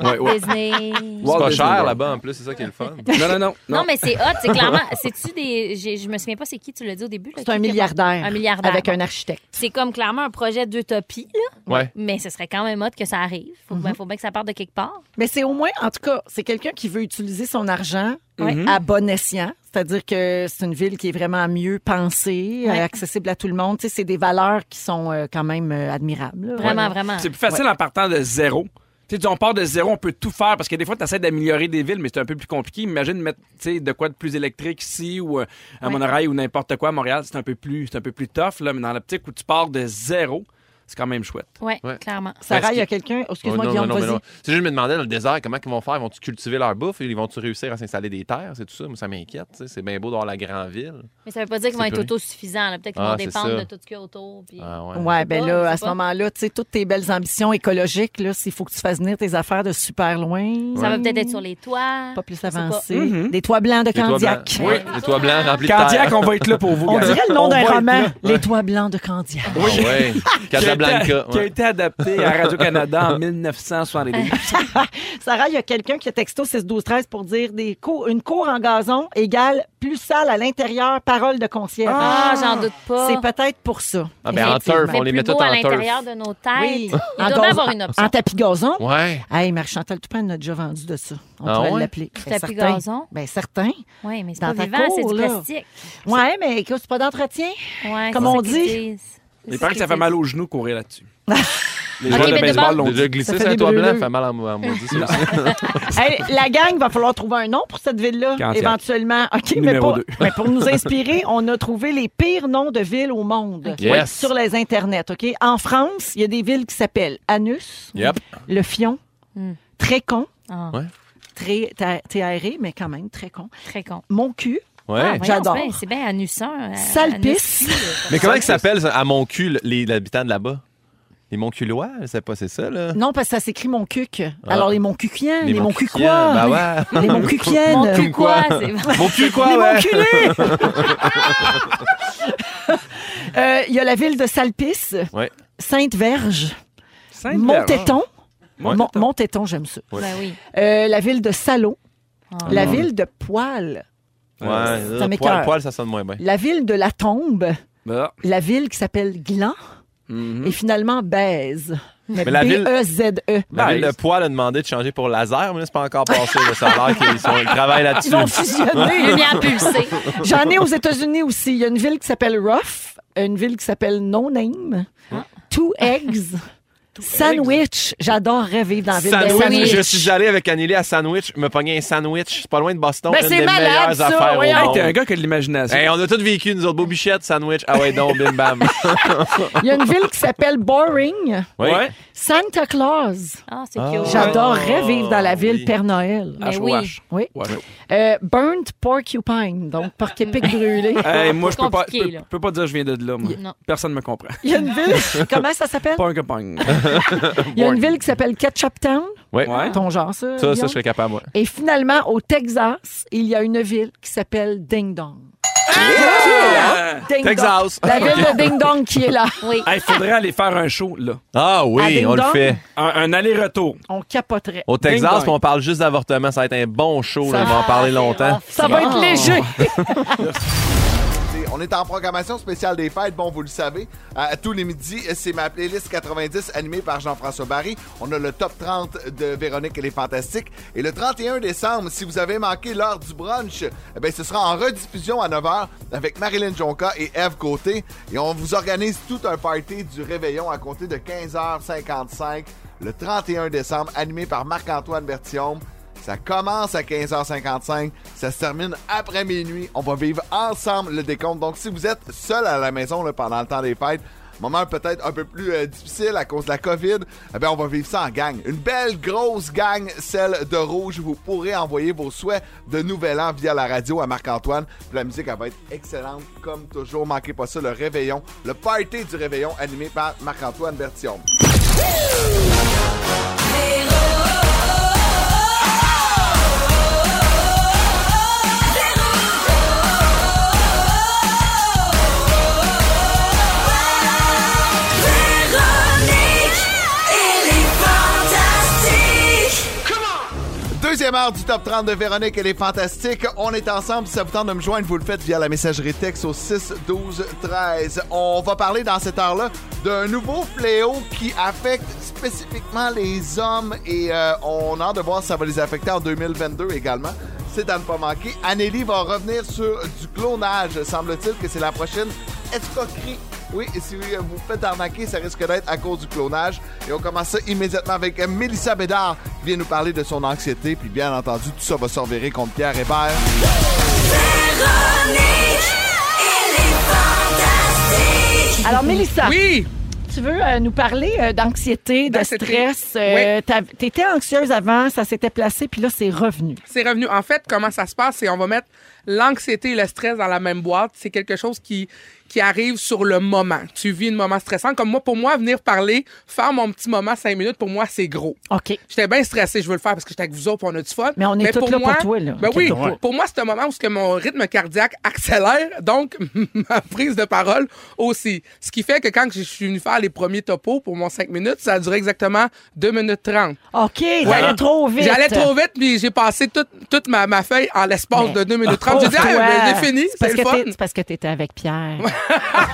ouais, ouais.
Disney.
C'est
Walt
pas
Disney
cher
World.
là-bas en plus, c'est ça qui est le fun.
Non, non, non.
Non, mais c'est hot, c'est clairement. C'est-tu des. j'ai- Je me souviens pas c'est qui, tu l'as dit au début. là,
C'est
qui
un
qui a-
milliardaire,
Un milliardaire.
avec
bon.
un architecte.
C'est comme clairement un projet d'utopie, là.
Ouais.
Mais ce serait quand même hot que ça arrive. Faut,
Mm-hmm.
ben, faut bien que ça parte de quelque part.
Mais c'est au moins, en tout cas, c'est quelqu'un qui veut utiliser son argent
Ouais.
à bon escient. C'est-à-dire que c'est une ville qui est vraiment mieux pensée, euh,
Ouais.
accessible à tout le monde. Tu sais, c'est des valeurs qui sont euh, quand même euh, admirables. là.
Ouais.
Ouais.
C'est plus facile
Ouais.
en partant de zéro. Tu sais, on part de zéro, on peut tout faire parce que des fois, tu essaies d'améliorer des villes, mais c'est un peu plus compliqué. Imagine mettre tu sais, de quoi de plus électrique ici ou euh, à
Ouais.
Monorail ou n'importe quoi à Montréal. C'est un peu plus c'est un peu plus tough, là, mais dans l'optique où tu pars de zéro, c'est quand même chouette.
Oui, clairement.
Sarah, il y a quelqu'un. Excuse-moi,
Oh, non,
Guillaume,
non, non, mais
vas-y.
non. C'est juste, je me demandais dans le désert, comment ils vont faire? Vont-tu cultiver leur bouffe? Ils vont-tu réussir à s'installer des terres? C'est tout ça. Moi, ça m'inquiète. tu sais. C'est bien beau d'avoir la grande ville.
Mais ça veut pas dire qu'ils vont
C'est
être
purée.
autosuffisants. là. Peut-être qu'ils
Ah,
vont
c'est
dépendre
ça.
de tout ce qu'il y a autour. puis-
Ah, ouais.
Ouais, ben
pas,
là,
je
à
sais
ce
pas.
moment-là, tu sais, toutes tes belles ambitions écologiques, là, s'il faut que tu fasses venir tes affaires de super loin.
Ça va peut-être être sur les toits.
Pas plus
Je sais pas.
avancé.
Mhm.
Des toits blancs de
Les toits
Candiac.
blancs. Oui, les toits blancs remplis de
Candiac,
terre.
on va être là pour vous.
On
gars.
dirait le nom
On
d'un
va être
roman.
là.
Les toits blancs de Candiac.
Ah, ouais.
Qui a
Casablanca.
été- Qui a
ouais.
été adapté à Radio-Canada en 1972.
Sarah, il y a quelqu'un qui a texto 6 12 13 pour dire des cours, une cour en gazon égale plus sale à l'intérieur, parole de concierge.
Ah, j'en doute pas.
C'est peut-être pour ça.
Ah, ben, en turf, on
Fait
les
plus
met
beau
toutes
à
en turf.
l'intérieur de nos têtes.
Oui.
Il doit bien avoir une option.
en tapis gazon.
Ouais.
Hey, Marchantal Toupin elle en a déjà vendu de ça. On
Ah
pourrait
ouais?
l'appeler.
Du
Ben,
tapis
certain.
gazon?
Ben certain.
Oui, mais c'est pas
Dans ta
vivant, c'est
cour,
du
là.
plastique.
Ouais, mais écoute, c'est pas d'entretien.
Ouais,
Comme
c'est
on
ça qu'ils
dit.
disent.
Il paraît que ça fait mal aux genoux courir là-dessus. Les
Ok,
joueurs de
mais
baseball
d'abord-
l'ont
Déjà
dit.
glissé
Ça
sur
fait
un
des
toit blanc,
brûlures.
fait mal en en maudit. ça aussi.
Hey, la gang, va falloir trouver un nom pour cette ville-là,
Candiac.
éventuellement. OK, mais
Numéro
pour,
deux.
mais pour nous inspirer, on a trouvé les pires noms de villes au monde
Yes.
sur les internets. OK? En France, il y a des villes qui s'appellent Anus,
Yep.
Le Fion, Très Con,
Hmm. Ah.
Ouais.
Très ta- TRE, E, mais quand même Très Con.
Très con.
Mon cul.
Ouais. Ah, voyons,
J'adore.
c'est bien- C'est bien euh, anusant.
Sale pisse.
Mais comment ils s'appellent ça, à mon cul, les habitants de là-bas? Les Monculois? Je sais pas, c'est ça, là? Ah.
Non, parce que ça s'écrit mon cuc. Alors, les moncuquiens, les,
Les
moncuquois,
moncuquiens, bah ouais.
les moncuquiennes.
Mon cul quoi, c'est- Mon cul quoi,
Les
ouais.
monculés. Euh, Il y a la ville de Salpice,
Ouais.
Sainte-Verge,
Sainte-Verge.
Montéton.
Ouais.
Mon- Montéton, j'aime ça.
Ouais. Ben oui.
Euh, la ville de Salon,
Ah.
la
Ah.
ville de Poil,
Ouais,
C'est
là,
un
poil,
écœur.
poil, ça sonne moins bien.
la ville de la Tombe,
Ah.
Bah, la ville qui s'appelle Gland
Mhm.
et finalement Baise.
Hmm.
E
Mais la ville-
B-E-Z-E.
Bah,
La ville de Poil a demandé de changer pour laser, mais là, c'est pas encore passé. Le salaire qu'ils sont, ils travaillent là-dessus.
Ils vont fusionner. J'en ai aux États-Unis aussi. Il y a une ville qui s'appelle Rough, une ville qui s'appelle No Name, Two Eggs, Sandwich. J'adorerais vivre dans la ville de
Sandwich.
Sandwich.
Je suis allé avec Anneli à Sandwich, me pogner un sandwich. C'est pas loin de Boston.
Ben,
une
c'est
des
malade,
meilleures
ça,
affaires
voyons.
au
Hey,
monde.
t'es un
gars qui a de l'imagination.
Hey, on a tous vécu, nous autres, bobichette, sandwich, ah ouais, donc, bim bam.
Il y a une ville qui s'appelle Boring.
Oui. Ouais.
Santa Claus.
Ah,
c'est cute.
J'adorerais vivre dans la ville Père Noël.
Mais H ou oui. H.
Oui.
Ouais.
Euh, burnt porcupine, donc porc-épic brûlé.
Hey, moi, je peux pas,
Compliqué,
peux,
là.
peux pas dire que je viens de là. Moi.
Non.
Personne ne me comprend.
Il y a une ville, comment ça s'appelle?
Pong pong.
Il y a une ville qui s'appelle Ketchup Town.
Ouais.
Ton genre, ça.
Ça, ça,
Guillaume?
je serais capable, moi.
Et finalement, au Texas, il y a une ville qui s'appelle Ding Dong.
Yeah!
Ding
Texas.
Dong. La ville
Ok.
de Ding Dong qui est là.
Il faudrait aller faire un show, là.
Ah
À
oui,
Ding
on le
Dong?
fait.
Un, un aller-retour.
On capoterait.
Au
Ding
Texas,
dong.
on parle juste d'avortement. Ça va être un bon show. là, on va en parler longtemps.
Ça va
Ah.
être léger.
On est en programmation spéciale des fêtes, bon, vous le savez. À tous les midis, c'est ma playlist 90 animée par Jean-François Barry. On a le top 30 de Véronique et les Fantastiques. Et le 31 décembre, si vous avez manqué l'heure du brunch, eh ben, ce sera en rediffusion à 9h avec Marilyn Jonca et Eve Côté. Et on vous organise tout un party du réveillon à compter de 15h55 le 31 décembre, animé par Marc-Antoine Berthiaume. Ça commence à 15h55, ça se termine après minuit. On va vivre ensemble le décompte. Donc, si vous êtes seul à la maison là, pendant le temps des fêtes, moment peut-être un peu plus euh, difficile à cause de la COVID, eh bien, on va vivre ça en gang. Une belle grosse gang, celle de Rouge. Vous pourrez envoyer vos souhaits de Nouvel An via la radio à Marc-Antoine. Puis La musique, elle va être excellente, comme toujours. Manquez pas ça, le réveillon, le party du réveillon animé par Marc-Antoine Bertillon.
Véronique et les Fantastiques.
Deuxième heure du top 30 de Véronique, elle est fantastique. On est ensemble. Si ça vous tente de me joindre, vous le faites via la messagerie texte au 6 12 13. On va parler dans cette heure-là d'un nouveau fléau qui affecte spécifiquement les hommes et euh, on a hâte de voir si ça va les affecter en 2022 également. C'est à ne pas manquer. Anneli va revenir sur du clonage. Semble-t-il que c'est la prochaine escroquerie. Oui, et si vous vous faites arnaquer, ça risque d'être à cause du clonage. Et on commence ça immédiatement avec euh, Mélissa Bédard qui vient nous parler de son anxiété. Puis bien entendu, tout ça va se reverrer contre Pierre Hébert.
Véronique et les Fantastiques.
Alors, Mélissa.
Oui.
Tu veux euh, nous parler euh, d'anxiété, de stress. euh, t'as- T'étais anxieuse avant, ça s'était placé, puis là, c'est revenu.
C'est revenu. En fait, comment ça se passe, c'est on va mettre l'anxiété et le stress dans la même boîte. C'est quelque chose qui, qui arrive sur le moment. Tu vis un moment stressant. Comme moi, pour moi, venir parler, faire mon petit moment cinq minutes, pour moi, c'est gros.
OK.
J'étais bien stressée, je veux le faire parce que j'étais avec vous autres, puis on a du fun.
Mais on est toutes là pour toi, là.
Ben oui,
Inquiète-toi.
pour- pour moi, c'est un moment où ce que mon rythme cardiaque accélère, donc ma prise de parole aussi. Ce qui fait que quand je suis venu faire les premiers topos pour mon 5 minutes, ça a duré exactement 2 minutes 30.
OK, t'allais trop vite.
J'allais trop vite, puis j'ai passé toute, toute ma, ma feuille en l'espace de 2 minutes 30. J'ai dit, ah,
Pauvre
ben,
toi.
j'ai fini,
C'est
c'est
parce
le
que
fun.
t'es- C'est parce que t'étais avec Pierre.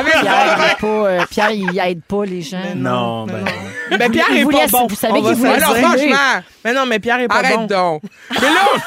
Pierre, il est pas, euh, Pierre, il aide pas les gens.
Non, ben.
Mais
Il
Pierre
vous
est pas
laisse-
bon.
Vous savez
On va
qu'il
se-
vous laisse Ben
Alors,
aller.
franchement. Mais non, mais Pierre est
pas
Arrête
bon.
donc. Mais là,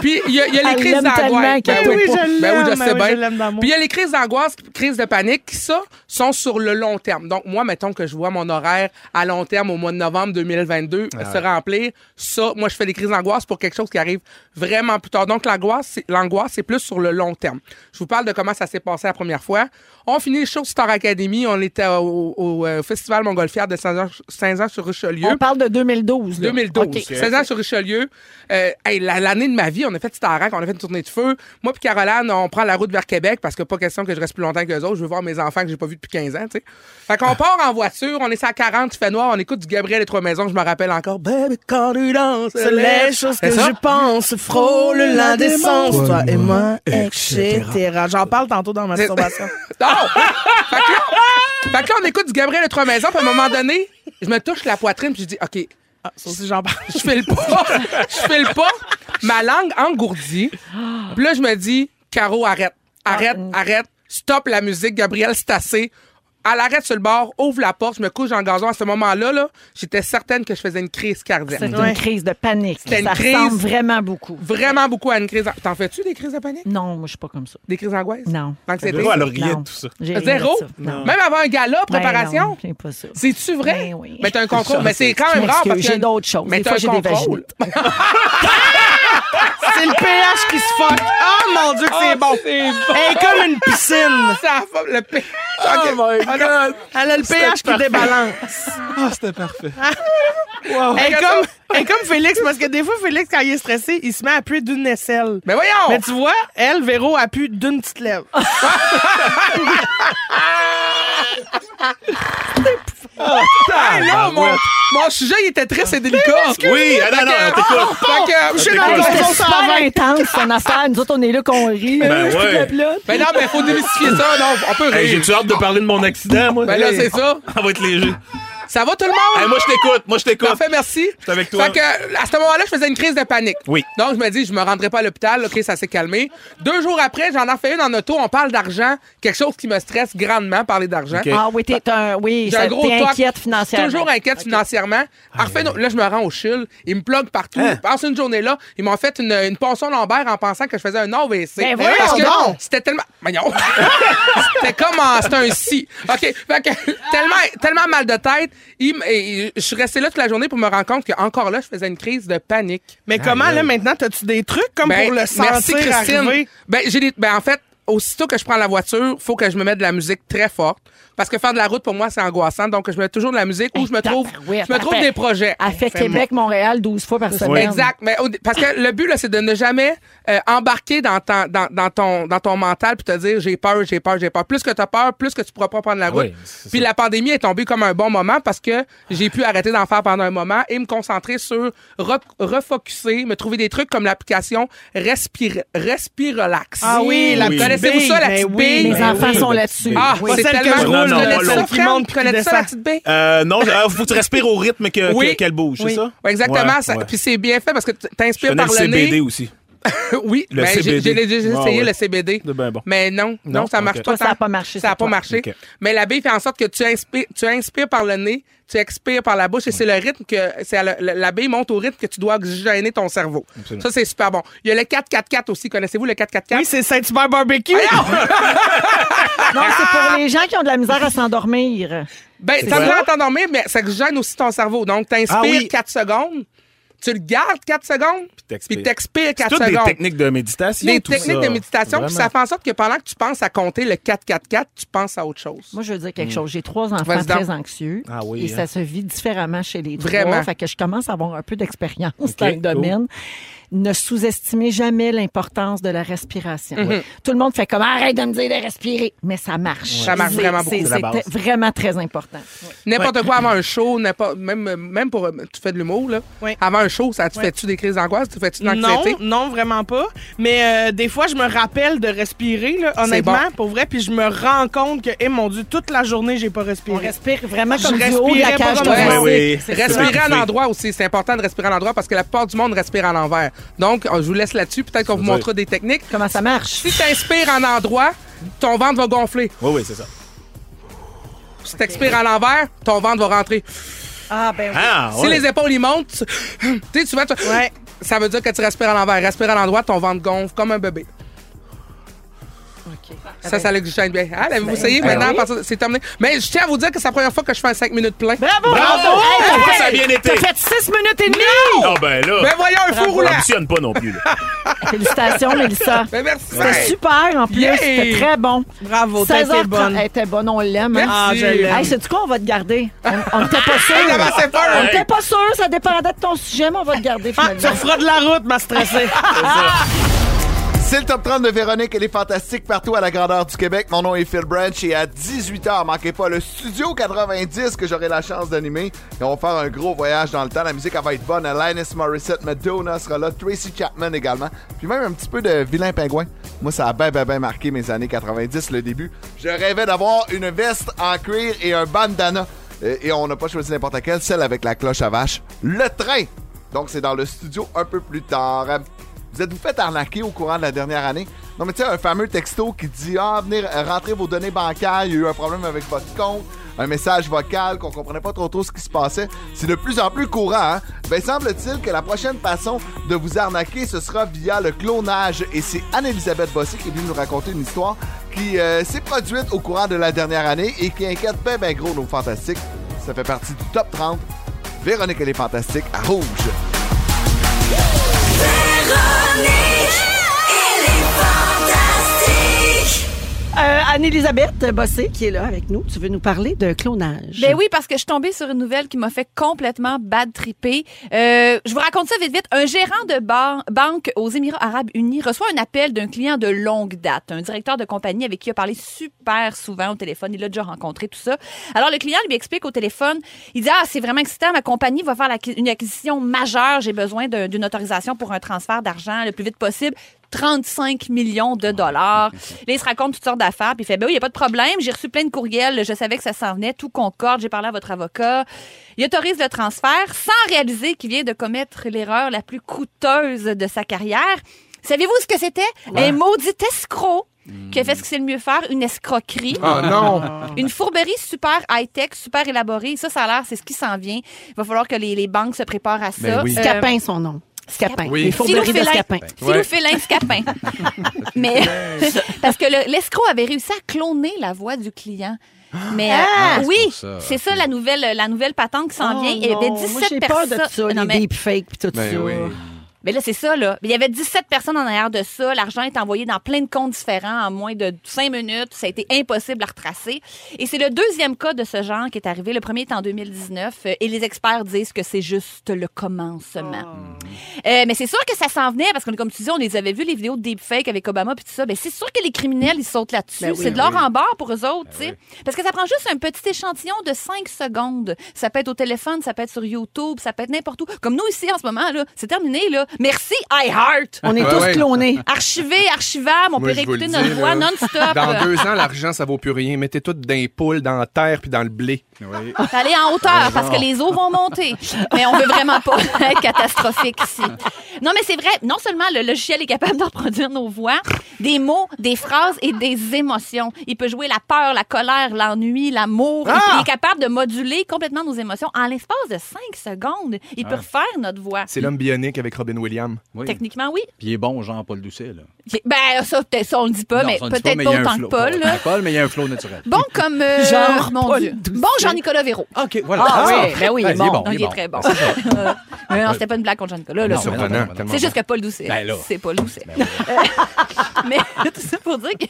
puis il y, a- Ah, il y a
Elle
les crises
Ah, l'aime tellement
d'angoisse.
qu'elle
Ben oui,
peut pas.
ben oui,
Ben
je
oui,
sais
je
bien.
l'aime d'amour.
Puis il y a les crises d'angoisse, crises de panique, qui, ça, sont sur le long terme. Donc, moi, mettons que je vois mon horaire à long terme au mois de novembre 2022
Ah
se
ouais.
remplir. Ça, moi, je fais les crises d'angoisse pour quelque chose qui arrive vraiment plus tard. Donc, l'angoisse, c'est- l'angoisse, c'est plus sur le long terme. Je vous parle de comment ça s'est passé la première fois. On finit le show de Star Academy. On était au, au, euh, Festival Montgolfière de Saint-Jean-sur-Richelieu.
On parle de 2012. là.
2012.
OK.
16 ans sur Richelieu. Euh, hey, la- L'année de ma vie, on a fait Starac, on a fait une tournée de feu. Moi puis Caroline, on prend la route vers Québec parce que pas question que je reste plus longtemps que les autres. Je veux voir mes enfants que j'ai pas vus depuis 15 ans. tu sais. Fait qu'on part en voiture, on est à 40, il fait noir, on écoute du Gabriel et Trois Maisons. Je me rappelle encore. Baby, quand tu danses,
C'est les choses que
C'est ça?
je pense, frôle l'indécence, toi et moi, etc.
J'en parle tantôt dans ma masturbation. non! fait, que là, fait que là, on écoute du Gabriel de Trois Maisons, puis à un moment donné, je me touche la poitrine, puis je dis, OK. Ah, ça aussi, j'en parle. Je fais le pas. Je fais le pas. Ma langue engourdie. Puis
Ah,
là, je me dis, Caro, arrête. Arrête, arrête. Stop la musique, Gabriel, c'est assez. Elle arrête sur le bord, ouvre la porte, je me couche dans le gazon. À ce moment-là, là, j'étais certaine que je faisais une crise cardiaque.
C'est une crise de panique.
C'était une
ça
crise.
ressemble vraiment beaucoup.
Vraiment beaucoup à une crise. T'en fais-tu des crises de panique?
Non, moi, je suis pas comme ça.
Des crises d'angoisse?
Non.
D'anxiété?
Zéro à l'oreillette, Non. tout ça. J'ai rien de
Zéro?
ça. Non.
Même avant un gala,
Ben
préparation?
non, Ben j'ai pas ça.
C'est-tu vrai? Mais t'as un contrôle.
Je
Mais c'est quand
m'excuse,
même rare parce que.
j'ai d'autres choses.
Mais
Des
t'as
fois,
un
j'ai des
contrôle.
C'est le pH qui se fuck. Oh mon Dieu, que c'est
Oh,
bon.
c'est bon.
Elle est comme une piscine.
Ça va, le pH.
Oh my God. Elle a le
C'était
pH qui
parfait.
débalance.
Ah, c'était parfait.
Elle, est comme, elle est comme Félix, parce que des fois, Félix, quand il est stressé, il se met à plus d'une aisselle.
Mais voyons!
Mais tu vois, elle, Véro, a plus d'une petite lèvre.
Ah, là, mon, mon sujet, il était triste et délicat.
Oui, ah, non, non,
Fait que-
on t'écoute.
Fait que, je suis dans le
Hey,
gazon,
C'était
ça va.
super intense, son affaire. Nous autres, on est là qu'on rit.
Ben
Euh, je suis
ouais.
de plate.
Ben non, mais faut démystifier ça. Non, on peut
Hey,
rire.
J'ai-tu hâte de parler de mon accident, moi?
Ben là,
Hey.
c'est ça.
On va être léger.
Ça va tout le monde?
Hey, moi, je t'écoute. Moi, je t'écoute.
Parfait, merci.
Je suis avec toi.
Fait que, à ce moment-là, je faisais une crise de panique.
Oui.
Donc, je me dis, je me rendrai pas à l'hôpital. OK, ça s'est calmé. Deux jours après, j'en ai refait une en auto. On parle d'argent. Quelque chose qui me stresse grandement, parler d'argent.
Ah oui, t'es un. Oui,
J'ai un
ça-
gros
t'es
toc.
inquiète financièrement.
Toujours inquiète financièrement. Parfait, donc, là, je me rends au chill. Ils me pluguent partout.
Hein?
Passe une journée là. Ils m'ont fait une, une ponction lombaire en pensant que je faisais un AVC.
Ben voyons
Parce que
donc!
c'était tellement. Voyons. c'était comme en- C'était un si. OK. Fait que tellement, tellement mal de tête. Ils m- et- et je suis resté là toute la journée pour me rendre compte qu'encore là, je faisais une crise de panique.
Mais comment, là, maintenant, t'as-tu des trucs comme
Ben,
pour le sentir
merci, Christine.
arriver?
Ben, j'ai des- ben, en fait, aussitôt que je prends la voiture, faut que je me mette de la musique très forte. Parce que faire de la route, pour moi, c'est angoissant. Donc, je mets toujours de la musique où je me trouve,
ben
je me trouve
parfait.
des projets.
Elle fait Québec, Montréal 12 fois par semaine.
Exact. Mais au- parce que le but, là, c'est de ne jamais euh, embarquer dans, ton- dans, dans ton, dans ton mental puis te dire j'ai peur, j'ai peur, j'ai peur. Plus que tu as peur, plus que tu pourras pas prendre la route.
Oui, c'est
puis la pandémie est tombée comme un bon moment parce que j'ai pu arrêter d'en faire pendant un moment et me concentrer sur re- refocuser, me trouver des trucs comme l'application Respire, Respirelax.
Ah oui, la petite
Connaissez-vous
bille.
ça, la
Mais
petite
oui,
bille?
Ben
les enfants sont là-dessus.
Ah,
Oui.
c'est
Pas celle que
tellement
je roule,
drôle.
là,
Connais-tu ça,
l'autre qui
Fran?
monte puis qui
Connais-tu ça, la
descend.
petite bille?
Euh, non, il faut que tu respires au rythme que- que-
Oui.
qu'elle bouge,
Oui.
c'est ça?
Ouais, exactement.
Ouais,
ça-
ouais.
Puis c'est bien fait parce que tu
Je
t'inspires
connais
par
le
le
CBD
nez.
aussi.
oui,
Le
mais Ben, j'ai-
CBD.
j'ai j'ai déjà
Ah,
essayé
ouais.
le CBD.
C'est ben bon.
Mais non, non,
Non?
ça marche
Ok.
pas.
Toi, ça a
pas marché.
Ça
sur
a pas
toi.
marché.
Ok.
Mais la bille fait en sorte que tu inspires, tu inspires par le nez, tu expires par la bouche et c'est le rythme que. c'est à le- le- La bille monte au rythme que tu dois oxygéner ton cerveau.
Absolument.
Ça, c'est super bon. Il y a le 4-4-4 aussi. Connaissez-vous le 4-4-4? Oui,
c'est Saint-Hubert Barbecue.
Non, c'est pour les gens qui ont de la misère à s'endormir.
Ben,
C'est
ça
ça?
me rend t'endormir, mais ça gêne aussi ton cerveau. Donc, t'inspires
Ah oui.
4 secondes, tu le gardes 4 secondes, puis t'expires 4
C'est toutes des
secondes.
techniques de méditation.
Des
tout
techniques
ça.
de méditation, puis ça
Vraiment.
fait en sorte que pendant que tu penses à compter le 4-4-4, tu penses à autre chose.
Moi, je veux dire
Mm.
quelque chose. J'ai trois enfants
Vas-y donc.
très anxieux.
Mm. Ah oui,
et
hein.
ça se vit différemment chez les
Vraiment.
trois. Fait que je commence à avoir un peu d'expérience
Ok,
dans le domaine.
cool.
Ne sous-estimez jamais l'importance de la respiration.
Mhm.
Tout le monde fait comme arrête de me dire de respirer, mais ça marche.
Ouais. Ça marche
C'est-
vraiment beaucoup.
c'est-
C'est la base.
C'est vraiment très important.
N'importe quoi avant un show, n'importe- même, même pour. euh, Tu fais de l'humour, là. Avant un show, ça, tu
Ouais.
fais-tu des crises d'angoisse? Tu fais-tu de
Non,
l'anxiété?
non, vraiment pas. Mais euh, des fois, je me rappelle de respirer, là,
C'est
honnêtement,
bon.
pour vrai, puis je me rends compte que, eh mon Dieu, toute la journée, j'ai pas respiré. On
respire vraiment
comme
je
du haut de la
respirais pas
cage
comme
thoracique.
un
Oui,
C'est ça.
Respirer à l'endroit aussi, c'est important de respirer à l'endroit parce que la plupart du monde respire à l'envers. Donc, euh, je vous laisse là-dessus. Peut-être qu'on vous
dire-
montrera des techniques.
Comment ça marche? Si
tu inspires en endroit, ton ventre va gonfler.
Oui, oui, c'est ça.
Si tu expires à l'envers, ton ventre va rentrer.
Ah, ben
oui. Ah,
Si
ouais.
les épaules ils montent, tu tu sais, tu vois, tu- ça veut dire que tu respires à l'envers. Respire à l'endroit, ton ventre gonfle comme un bébé. Ça, ça l'oxygène bien. Ah, là, vous essayez
Ben
maintenant,
oui.
parce que c'est terminé. Mais je tiens à vous dire que c'est la première fois que je fais un 5 minutes plein.
Bravo!
Bravo!
Hey,
Moi,
hey,
ça a bien été.
T'as fait 6 minutes et demie!
Ah, ben là.
Ben voyons, un fou
On
roulant.
ambitionne pas non plus, là.
Félicitations, Mélissa.
Ben, merci.
C'était
Ouais.
super en plus.
Yeah.
C'était très bon.
Bravo, t'as été
16h30.
bonne.
Elle était bonne, on l'aime. hein?
Merci. Ah, je l'aime.
Hey, sais-tu quoi, on va te garder? On- On n'était pas sûr.
Elle avançait pas,
on
hein?
n'était pas sûr, ça dépendait de ton sujet, mais on va te garder
Ah,
finalement.
tu referas de la route, ma stressée.
C'est le top 30 de Véronique, elle est fantastique partout à la grandeur du Québec. Mon nom est Phil Branch et à 18h, manquez pas le Studio 90 que j'aurai la chance d'animer. Et on va faire un gros voyage dans le temps. La musique, elle va être bonne. Linus Morissette, Madonna sera là, Tracy Chapman également. Puis même un petit peu de Vilain Pingouin. Moi, ça a bien, bien, bien marqué mes années 90, le début. Je rêvais d'avoir une veste en cuir et un bandana. Euh, Et on n'a pas choisi n'importe quelle, celle avec la cloche à vache. Le train! Donc, c'est dans le studio un peu plus tard. Vous êtes-vous fait arnaquer au courant de la dernière année? Non, mais tu sais, un fameux texto qui dit Ah, venez euh, rentrer vos données bancaires, il y a eu un problème avec votre compte. Un message vocal qu'on comprenait pas trop trop ce qui se passait. C'est de plus en plus courant. Hein? Ben, semble-t-il que la prochaine façon de vous arnaquer, ce sera via le clonage. Et c'est Anne-Elisabeth Bossy qui est venue nous raconter une histoire qui euh, s'est produite au courant de la dernière année et qui inquiète ben, ben gros nos fantastiques. Ça fait partie du top 30. Véronique et les Fantastiques à Rouge.
Euh, Anne-Elisabeth Bossé, qui est là avec nous, tu veux nous parler de clonage.
Ben oui, parce que je suis tombée sur une nouvelle qui m'a fait complètement bad tripper. Euh, je vous raconte ça vite vite. Un gérant de ban- banque aux Émirats Arabes Unis reçoit un appel d'un client de longue date, un directeur de compagnie avec qui il a parlé super souvent au téléphone. Il l'a déjà rencontré, tout ça. Alors le client lui explique au téléphone, il dit ah c'est vraiment excitant, ma compagnie va faire l'acqui- une acquisition majeure, j'ai besoin d'un- d'une autorisation pour un transfert d'argent le plus vite possible. 35 millions de dollars. Là, il se raconte toutes sortes d'affaires, puis il fait, ben oui, il n'y a pas de problème, j'ai reçu plein de courriels, je savais que ça s'en venait, tout concorde, j'ai parlé à votre avocat. Il autorise le transfert sans réaliser qu'il vient de commettre l'erreur la plus coûteuse de sa carrière. Savez-vous ce que c'était? Un maudit escroc qui a fait ce qu'il sait le mieux faire, une escroquerie.
Ah, non!
Une fourberie super high-tech, super élaborée. Ça, ça a l'air, c'est ce qui s'en vient. Il va falloir que les, les banques se préparent à ça.
Ben oui.
Euh,
Scapin, son nom. Scapin. Les fourberies de
Philofélin-
Scapin.
Philofélin Scapin. Mais parce que le- l'escroc avait réussi à cloner la voix du client. Mais euh,
Ah!
oui,
C'est pour ça,
c'est ça la nouvelle la nouvelle patente qui s'en
Oh
vient. Il y avait
non,
17
moi, j'ai peur
personnes.
de ça,
Non,
les
mais-
deepfakes puis tout
Ben
ça.
oui. mais là, c'est ça, là. Il y avait 17 personnes en arrière de ça. L'argent est envoyé dans plein de comptes différents en moins de 5 minutes. Ça a été impossible à retracer. Et c'est le deuxième cas de ce genre qui est arrivé. Le premier est en 2019. euh, Et les experts disent que c'est juste le commencement.
Oh.
Euh, mais c'est sûr que ça s'en venait parce que, comme tu dis, on les avait vus, les vidéos de deepfake avec Obama puis tout ça. Ben, c'est sûr que les criminels, ils sautent là-dessus.
Ben oui,
c'est de
ben
l'or
oui.
en barre pour eux autres,
Ben
tu sais. Parce que ça prend juste un petit échantillon de 5 secondes. Ça peut être au téléphone, ça peut être sur YouTube, ça peut être n'importe où. Comme nous ici en ce moment, là, c'est terminé, là. Merci, iHeart.
On est Ouais, tous ouais. clonés.
Archivé, archivable,
Ben
on
Moi, je
peut
vous le
réécouter
dis,
notre voix
là,
non-stop.
Dans deux ans, l'argent, ça vaut plus rien. Mettez tout dans les poules, dans la terre puis dans le blé.
Faut aller en
Ah,
hauteur parce que les eaux vont monter. Mais on veut vraiment pas être catastrophique ici. Non, mais c'est vrai, non seulement le logiciel est capable de reproduire nos voix, des mots, des phrases et des émotions. Il peut jouer la peur, la colère, l'ennui, l'amour.
Ah!
Et puis, Il est capable de moduler complètement nos émotions en l'espace de cinq secondes. Il peut
Ah.
refaire notre voix.
C'est l'homme bionique avec Robin Williams.
Techniquement, oui.
Puis il est bon, Jean-Paul Doucet, là.
Ben, ça, peut-être- ça, on le dit pas,
Non,
mais
ça, on dit
peut-être
mais
pas
il y a un
autant que
flow.
Paul.
Pas
là.
Paul, mais il y a un flow naturel.
Bon comme euh, mon
Jean-Paul
Dieu. Bon Jean-Nicolas Véro.
OK, voilà.
Ah,
Ah,
oui, ben oui, il
ah,
est
il est
bon.
bon,
Non,
il est
il est
bon.
très bon.
Ben, c'est ça.
Euh, non, c'était pas une blague contre Jean-Nicolas. là.
Non, mais non, mais non, mais non.
C'est juste que Paul Doucet.
Ben là.
C'est Paul Doucet. Euh, mais tout ça pour dire que...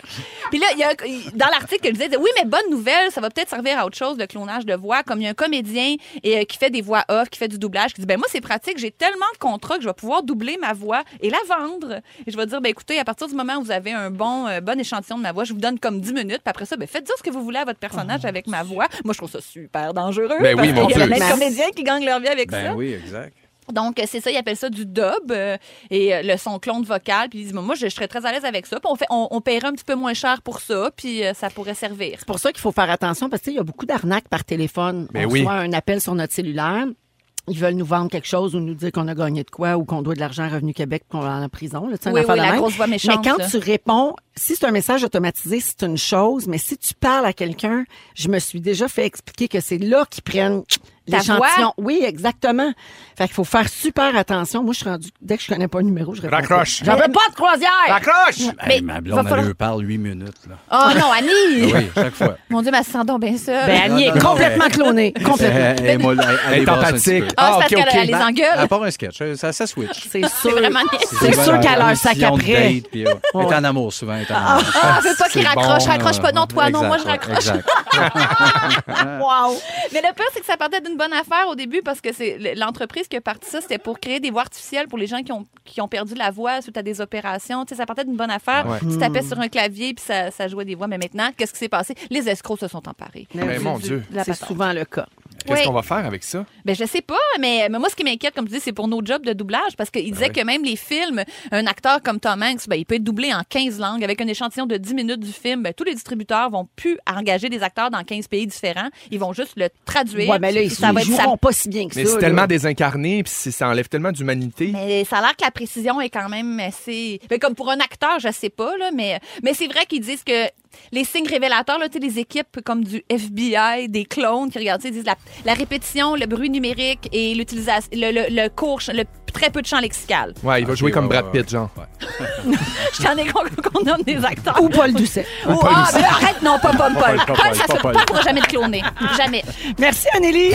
Puis là, il y a un- il- dans l'article, il disait, oui, mais bonne nouvelle, ça va peut-être servir à autre chose, le clonage de voix. Comme il y a un comédien et, euh, qui fait des voix off, qui fait du doublage, qui dit, ben moi, c'est pratique, j'ai tellement de contrats que je vais pouvoir doubler ma voix et la vendre. Et je vais dire, ben écoutez, à partir du moment où vous avez un bon, euh, bon échantillon de ma voix, je vous donne comme 10 minutes, puis après ça, ben faites dire ce que vous voulez à votre personnage avec ma voix. Moi, je trouve ça super dangereux.
Ben oui,
parce
mon
qu'il y a
Dieu.
plein de comédiens qui gagnent leur vie avec ça.
Ben oui, exact.
Donc, euh, c'est ça, ils appellent ça du dub euh, et euh, le son clone vocal. Puis ils disent, moi, je, je serais très à l'aise avec ça. Puis on, fait, on, on paierait un petit peu moins cher pour ça, puis euh, ça pourrait servir.
C'est pour ça qu'il faut faire attention parce qu'il y a beaucoup d'arnaques par téléphone.
Ben
on
oui.
reçoit un appel sur notre cellulaire. Ils veulent nous vendre quelque chose ou nous dire qu'on a gagné de quoi ou qu'on doit de l'argent à Revenu Québec qu'on va en prison. Là, tu sais, une
Oui,
affaire
oui,
de
la
même.
grosse voix méchante,
Mais quand
là.
tu réponds, si c'est un message automatisé, c'est une chose. Mais si tu parles à quelqu'un, je me suis déjà fait expliquer que c'est là qu'ils prennent
Ta
l'échantillon.
voix?
Oui, exactement. Fait qu'il faut faire super attention. Moi, je suis rendu dès que je connais pas le numéro, je réponds.
Raccroche.
J'en veux pas de croisière.
Raccroche!
Mais
Hey, ma
va
blonde, elle
falloir-
lui parle huit minutes, là. Ah
Oh non, Annie!
Oui, chaque fois.
Mon Dieu, ma se sent donc bien seule.
Ben, Annie est Non, non, complètement mais- clonée.
Elle, elle, molle- elle,
Elle est
débrasse un
empathique.
petit peu.
Ah, c'est parce qu'elle- elle les
Ben,
engueule.
À part un sketch, euh, ça, ça switch.
C'est sûr.
vraiment
C'est sûr qu'à leur sac
Mission de
après.
date, puis, euh, Elle est en amour souvent. elle est en
Ah,
amour.
ah, c'est toi qui
bon,
raccroche.
là.
raccroche pas. Non, toi, non,
Exact,
moi, je
ouais,
raccroche.
exact.
wow! Mais le pire, c'est que ça partait d'une bonne affaire au début parce que c'est l- l'entreprise qui a parti ça, c'était pour créer des voix artificielles pour les gens qui ont, qui ont perdu la voix suite à des opérations. Tu sais, ça partait d'une bonne affaire.
Ouais.
Tu tapais
Hmm.
sur un clavier puis ça, ça jouait des voix. Mais maintenant, qu'est-ce qui s'est passé? Les escrocs se sont emparés.
Mais
Du-
mon
du-
Dieu.
de la
C'est
patente.
souvent le cas.
Qu'est-ce
Oui.
qu'on va faire avec ça?
Ben, je sais pas, mais, mais moi, ce qui m'inquiète, comme tu dis, c'est pour nos jobs de doublage, parce qu'il disait
oui.
que même les films, un acteur comme Tom Hanks, ben, il peut être doublé en 15 langues. Avec un échantillon de 10 minutes du film, ben, tous les distributeurs vont plus engager des acteurs dans 15 pays différents. Ils vont juste le traduire.
Ouais, mais là, ils
Ça va être
joueront
sa-
pas si bien que
Mais
ça.
c'est
là.
tellement désincarné, puis c'est- ça enlève tellement d'humanité.
Mais ça a l'air que la précision est quand même assez. Ben, comme pour un acteur, je sais pas, là, mais, mais c'est vrai qu'ils disent que les signes révélateurs, là, tu sais, les équipes comme du FBI, des clones qui regardent, tu sais, ils disent la, la répétition, le bruit numérique et l'utilisation, le, le, le court, ch- le très peu de champ lexical.
Ouais, il va jouer comme Brad Pitt, genre.
Je t'en ai con- qu'on nomme des acteurs.
Ou Paul Doucet.
Ou,
Ou Paul
ah,
Doucet.
ben, arrête, non, pas Paul.
Pas Paul, pas
Paul,
Paul,
Paul, ça
pas
se
Paul.
Paul pourra jamais te cloner. Jamais.
Merci, Anneli.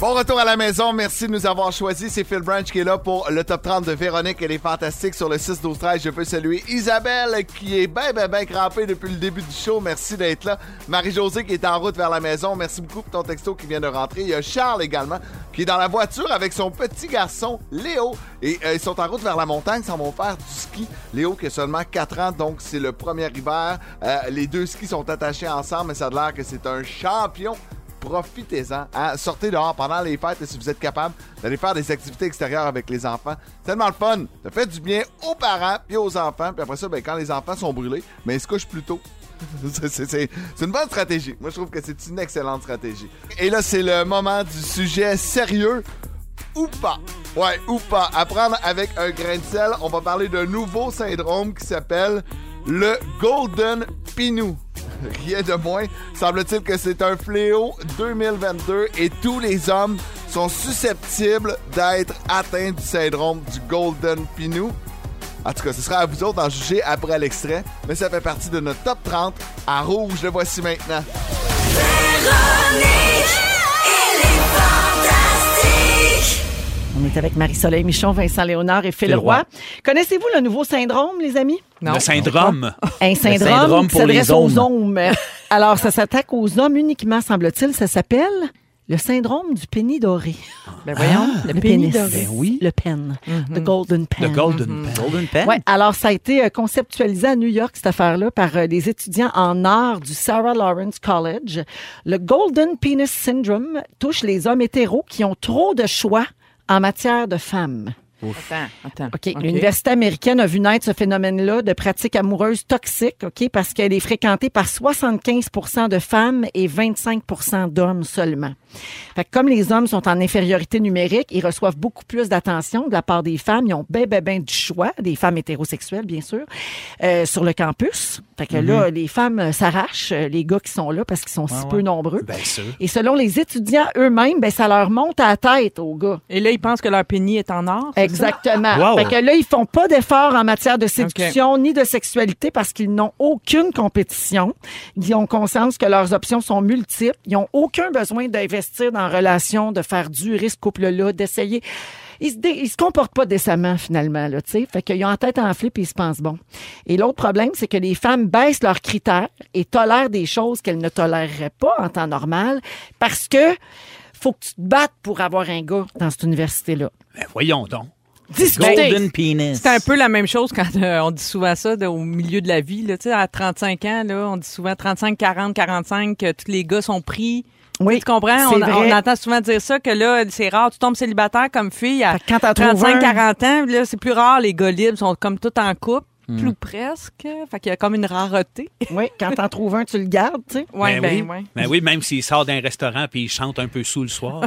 Bon retour à la maison. Merci de nous avoir choisis. C'est Phil Branch qui est là pour le top 30 de Véronique et les Fantastiques sur le 6 12 13. Je veux saluer Isabelle qui est ben ben ben crampée depuis le début du show. Merci d'être là. Marie-Josée qui est en route vers la maison. Merci beaucoup pour ton texto qui vient de rentrer. Il y a Charles également qui est dans la voiture avec son petit garçon Léo et euh, ils sont en route vers la montagne. Ils s'en vont faire du ski. Léo qui a seulement 4 ans donc c'est le premier hiver. Euh, les deux skis sont attachés ensemble mais ça a l'air que c'est un champion profitez-en. hein. Sortez dehors pendant les fêtes et si vous êtes capable d'aller faire des activités extérieures avec les enfants. C'est tellement le fun. Ça fait du bien aux parents puis aux enfants. Puis après ça, ben, quand les enfants sont brûlés, ben, ils se couchent plus tôt. C'est- c'est c'est- c'est une bonne stratégie. Moi, je trouve que c'est une excellente stratégie. Et là, c'est le moment du sujet sérieux ou pas. Ouais, ou pas. Apprendre avec un grain de sel. On va parler d'un nouveau syndrome qui s'appelle le Golden Pinou. Rien de moins. Semble-t-il que c'est un fléau 2022 et tous les hommes sont susceptibles d'être atteints du syndrome du Golden Pinou. En tout cas, ce sera à vous autres d'en juger après l'extrait, mais ça fait partie de notre top 30 à rouge. Le voici maintenant.
On est avec Marie-Soleil Michon, Vincent Léonard et Phil
Phil Roy.
Roy. Connaissez-vous le nouveau syndrome, les amis?
Le syndrome.
Un syndrome,
syndrome
qui
pour les
s'adresse aux
hommes.
hommes. Alors, ça s'attaque aux hommes uniquement, semble-t-il. Ça s'appelle le syndrome du pénis doré. Ben
voyons,
le,
le
pénis.
pénis doré. Ben oui.
Le pen. The golden pen.
Le
Mhm.
Golden Pen. Golden Pen?
Ouais, alors ça a été euh, conceptualisé à New York, cette affaire-là, par euh, des étudiants en art du Sarah Lawrence College. Le Golden Penis Syndrome touche les hommes hétéros qui ont trop de choix en matière de femmes.
Attends, attends.
OK. L'Université américaine a vu naître ce phénomène-là de pratiques amoureuses toxiques, OK, parce qu'elle est fréquentée par 75 de femmes et 25 d'hommes seulement. Fait que comme les hommes sont en infériorité numérique, ils reçoivent beaucoup plus d'attention de la part des femmes. Ils ont ben, ben, ben du choix, des femmes hétérosexuelles, bien sûr, euh, sur le campus. Fait que là,
Mhm.
les femmes euh, s'arrachent, euh, les gars qui sont là, parce qu'ils sont si
Ouais,
peu
ouais.
nombreux.
Bien sûr.
Et selon les étudiants eux-mêmes, ben, ça leur monte à la tête aux gars.
Et là, ils pensent que leur pénis est en or. c'est ça?
Exactement.
Wow.
Fait que là, ils font pas d'efforts en matière de séduction ni de sexualité parce qu'ils n'ont aucune compétition. Ils ont conscience que leurs options sont multiples. Ils n'ont aucun besoin d'investir dans la relation, de faire durer ce couple-là, d'essayer. Ils se, dé- ils se comportent pas décemment, finalement, là, tu sais. Fait qu'ils ont la tête enflée puis ils se pensent bon. Et l'autre problème, c'est que les femmes baissent leurs critères et tolèrent des choses qu'elles ne toléreraient pas en temps normal parce que faut que tu te battes pour avoir un gars dans cette université-là.
Ben, voyons donc.
Discuter.
Golden Penis.
C'est un peu la même chose quand euh, on dit souvent ça de- au milieu de la vie. Là, Tu sais, à 35 ans, là, on dit souvent 35, 40, 45, que tous les gars sont pris.
Oui,
tu comprends? On,
c'est vrai.
on entend souvent dire ça, que là, c'est rare. Tu tombes célibataire comme fille à
quand t'en trouves
35,
un-
40 ans. Là, c'est plus rare. Les gars libres sont comme tout en couple.
Hmm.
Plus presque. Fait qu'il y a comme une rareté.
Oui, quand t'en trouves un, tu le gardes, tu sais.
Ouais,
oui.
ben, ouais.
Ben oui, même s'il sort d'un restaurant puis il chante un peu sous le soir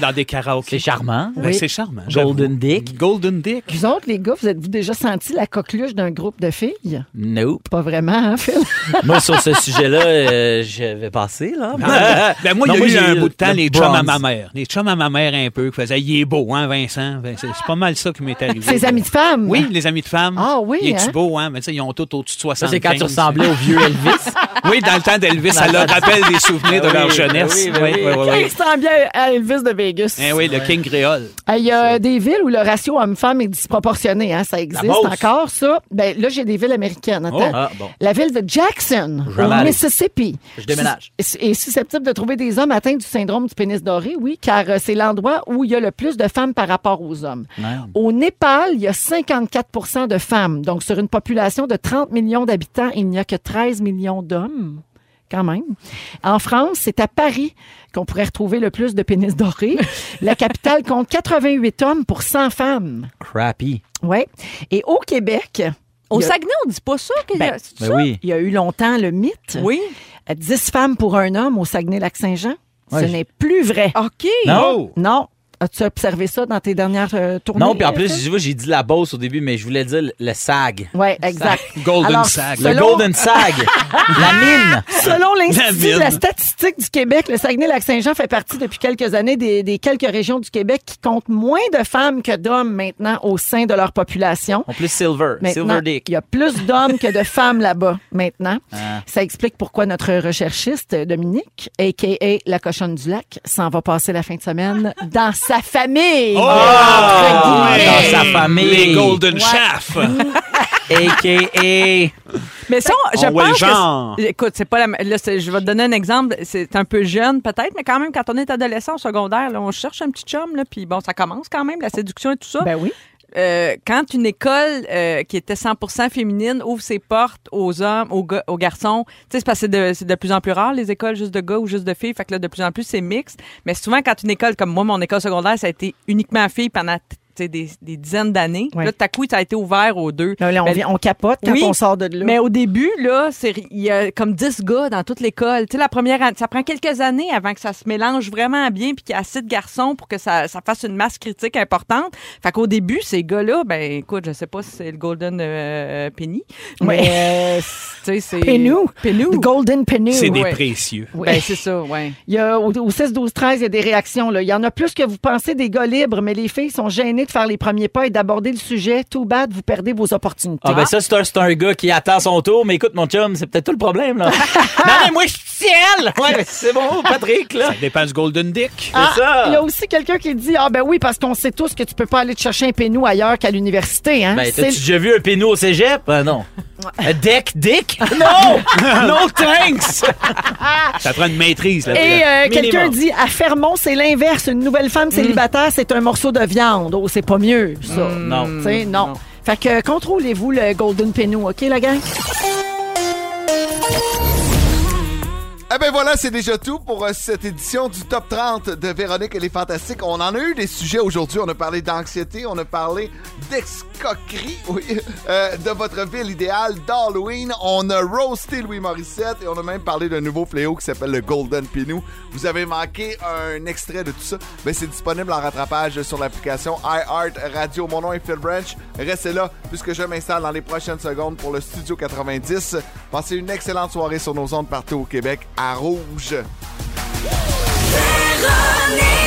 dans des karaokés. C'est charmant.
Oui.
C'est charmant.
Golden
Dick. Golden Dick.
Vous autres, les gars, vous êtes-vous déjà senti la coqueluche d'un groupe de filles?
Nope.
Pas vraiment, hein, Phil?
Moi, sur ce sujet-là, euh, je vais passer, là.
Ah, ben moi,
Non,
il y a eu
j'ai
un bout de temps
le
les chums à
bronze.
ma mère. Les chums à ma mère un peu, qui faisaient « Il est beau, hein, Vincent? Ben, » C'est c'est pas mal ça qui m'est arrivé.
Ses amis de femmes?
Oui, les amis de femmes.
Ah oui,
Il est-tu
hein?
beau, hein? Mais ça, ils ont tous au-dessus de 75.
c'est quand tu ressemblais au vieux Elvis.
oui, dans le temps d'Elvis, ça leur rappelle des souvenirs de
Ben
leur
oui,
jeunesse.
ben oui, ben oui.
Oui, oui, oui.
Il sent bien à Elvis de Vegas.
Eh oui, le King Créole.
Ah, Il y a des villes où le ratio homme-femme est disproportionné. Hein? Ça existe
Beauce.
encore, ça. Ben, là, j'ai des villes américaines. Attends.
Oh. Ah, bon.
La ville de Jackson,
Jamais
au
allé.
Mississippi,
Je déménage.
sus- est susceptible de trouver des hommes atteints du syndrome du pénis doré, oui, car euh, c'est l'endroit où il y a le plus de femmes par rapport aux hommes. Au Népal, il y a 54 de femmes. Donc, sur une population de 30 millions d'habitants, il n'y a que 13 millions d'hommes. quand même. En France, c'est à Paris qu'on pourrait retrouver le plus de pénis dorés. La capitale compte 88 hommes pour 100 femmes.
Crappy.
Ouais. Et au Québec.
Au
il y a-
Saguenay,
on dit pas ça.
qu'il y a- c'est Ben ça? oui.
Il y a eu longtemps le mythe.
Oui.
10 femmes pour un homme au Saguenay-Lac-Saint-Jean.
Ouais,
Ce
je-
n'est plus vrai. OK.
Non.
Non. As-tu observé ça dans tes dernières euh, tournées?
Non, puis en plus,
Phil?
tu vois, j'ai dit la Beauce au début, mais je voulais dire le- le SAG.
Oui, exact.
Golden
Alors,
SAG.
selon-
Le Golden SAG. la mine.
Selon l'Institut de
mine.
la statistique du Québec, le Saguenay-Lac-Saint-Jean fait partie depuis quelques années des, des quelques régions du Québec qui comptent moins de femmes que d'hommes maintenant au sein de leur population.
En plus, Silver.
Maintenant,
Silver Dick.
Il y a plus d'hommes que de femmes là-bas maintenant.
Ah.
Ça explique pourquoi notre recherchiste Dominique, a.k.a. la cochonne du lac, s'en va passer la fin de semaine dans sa
Oh!
famille. Entre guillemets.
dans sa famille.
Les Golden
Ouais.
Chaff.
A.K.A.
Mais ça,
On
je
voit le
pense que
genre.
c'est- écoute, c'est pas la m- là, c'est- je vais te donner un exemple, c'est un peu jeune peut-être, mais quand même quand on est adolescent au secondaire, là, on cherche un petit chum là, puis bon, ça commence quand même la séduction et tout ça. Euh,
Ben oui.
quand une école euh, qui était 100% féminine ouvre ses portes aux hommes, aux, ga- aux garçons, tu sais, c'est parce que c'est de, c'est de plus en plus rare les écoles juste de gars ou juste de filles, fait que là de plus en plus c'est mixte. Mais souvent quand une école comme moi, mon école secondaire, ça a été uniquement filles pendant tu sais, des, des dizaines d'années.
Ouais.
Là, tout à coup, ça a été ouvert aux deux.
Là, on,
Ben,
vient- on capote quand
oui,
on sort de là.
Mais au début, là, c'est- il y a comme 10 gars dans toute l'école. Tu sais, la première année, ça prend quelques années avant que ça se mélange vraiment bien puis qu'il y a assez de garçons pour que ça, ça fasse une masse critique importante. Fait qu'au début, ces gars-là, ben écoute, je sais pas si c'est le Golden euh, Penny, mais euh, tu sais, c'est...
Penou. The Golden Penou.
C'est des
Ouais.
précieux.
Oui.
Ben, c'est ça, ouais.
Il y a, au, au 6, 12, 13, il y a des réactions. là. Il y en a plus que vous pensez des gars libres, mais les filles sont gênées de faire les premiers pas et d'aborder le sujet. Too bad, vous perdez vos opportunités.
Ah, ben ça, c'est un, c'est un gars qui attend son tour, mais écoute, mon chum, c'est peut-être tout le problème, là. ben, non, mais moi, je suis ciel! Ouais, mais c'est bon, Patrick, là.
Ça dépend du Golden Dick.
Ah, Il y a aussi quelqu'un qui dit Ah, ben oui, parce qu'on sait tous que tu peux pas aller te chercher un pénou ailleurs qu'à l'université. Hein?
Ben,
C'est-
t'as-tu déjà vu un pénou au cégep? Ah, non. Un deck, dick? Non! no thanks!
Ça prend une maîtrise là-dedans.
Et euh, quelqu'un
Minimum.
dit à Fermont, c'est l'inverse. Une nouvelle femme célibataire, c'est un morceau de viande. Oh, c'est pas mieux, ça.
Mm, non.
Tu sais, non.
Non.
Fait que euh, contrôlez-vous le Golden Penou, OK, la gang?
Eh ben voilà, c'est déjà tout pour euh, cette édition du Top 30 de Véronique et les Fantastiques. On en a eu des sujets aujourd'hui. On a parlé d'anxiété, on a parlé d'escroquerie, oui, euh, de votre ville idéale, d'Halloween. On a roasté Louis Morissette et on a même parlé d'un nouveau fléau qui s'appelle le Golden Pinou. Vous avez manqué un extrait de tout ça. Ben, c'est disponible en rattrapage sur l'application iHeart Radio. Mon nom est Phil Branch. Restez là puisque je m'installe dans les prochaines secondes pour le Studio 90. Passez une excellente soirée sur nos ondes partout au Québec à Rouge.
Véronique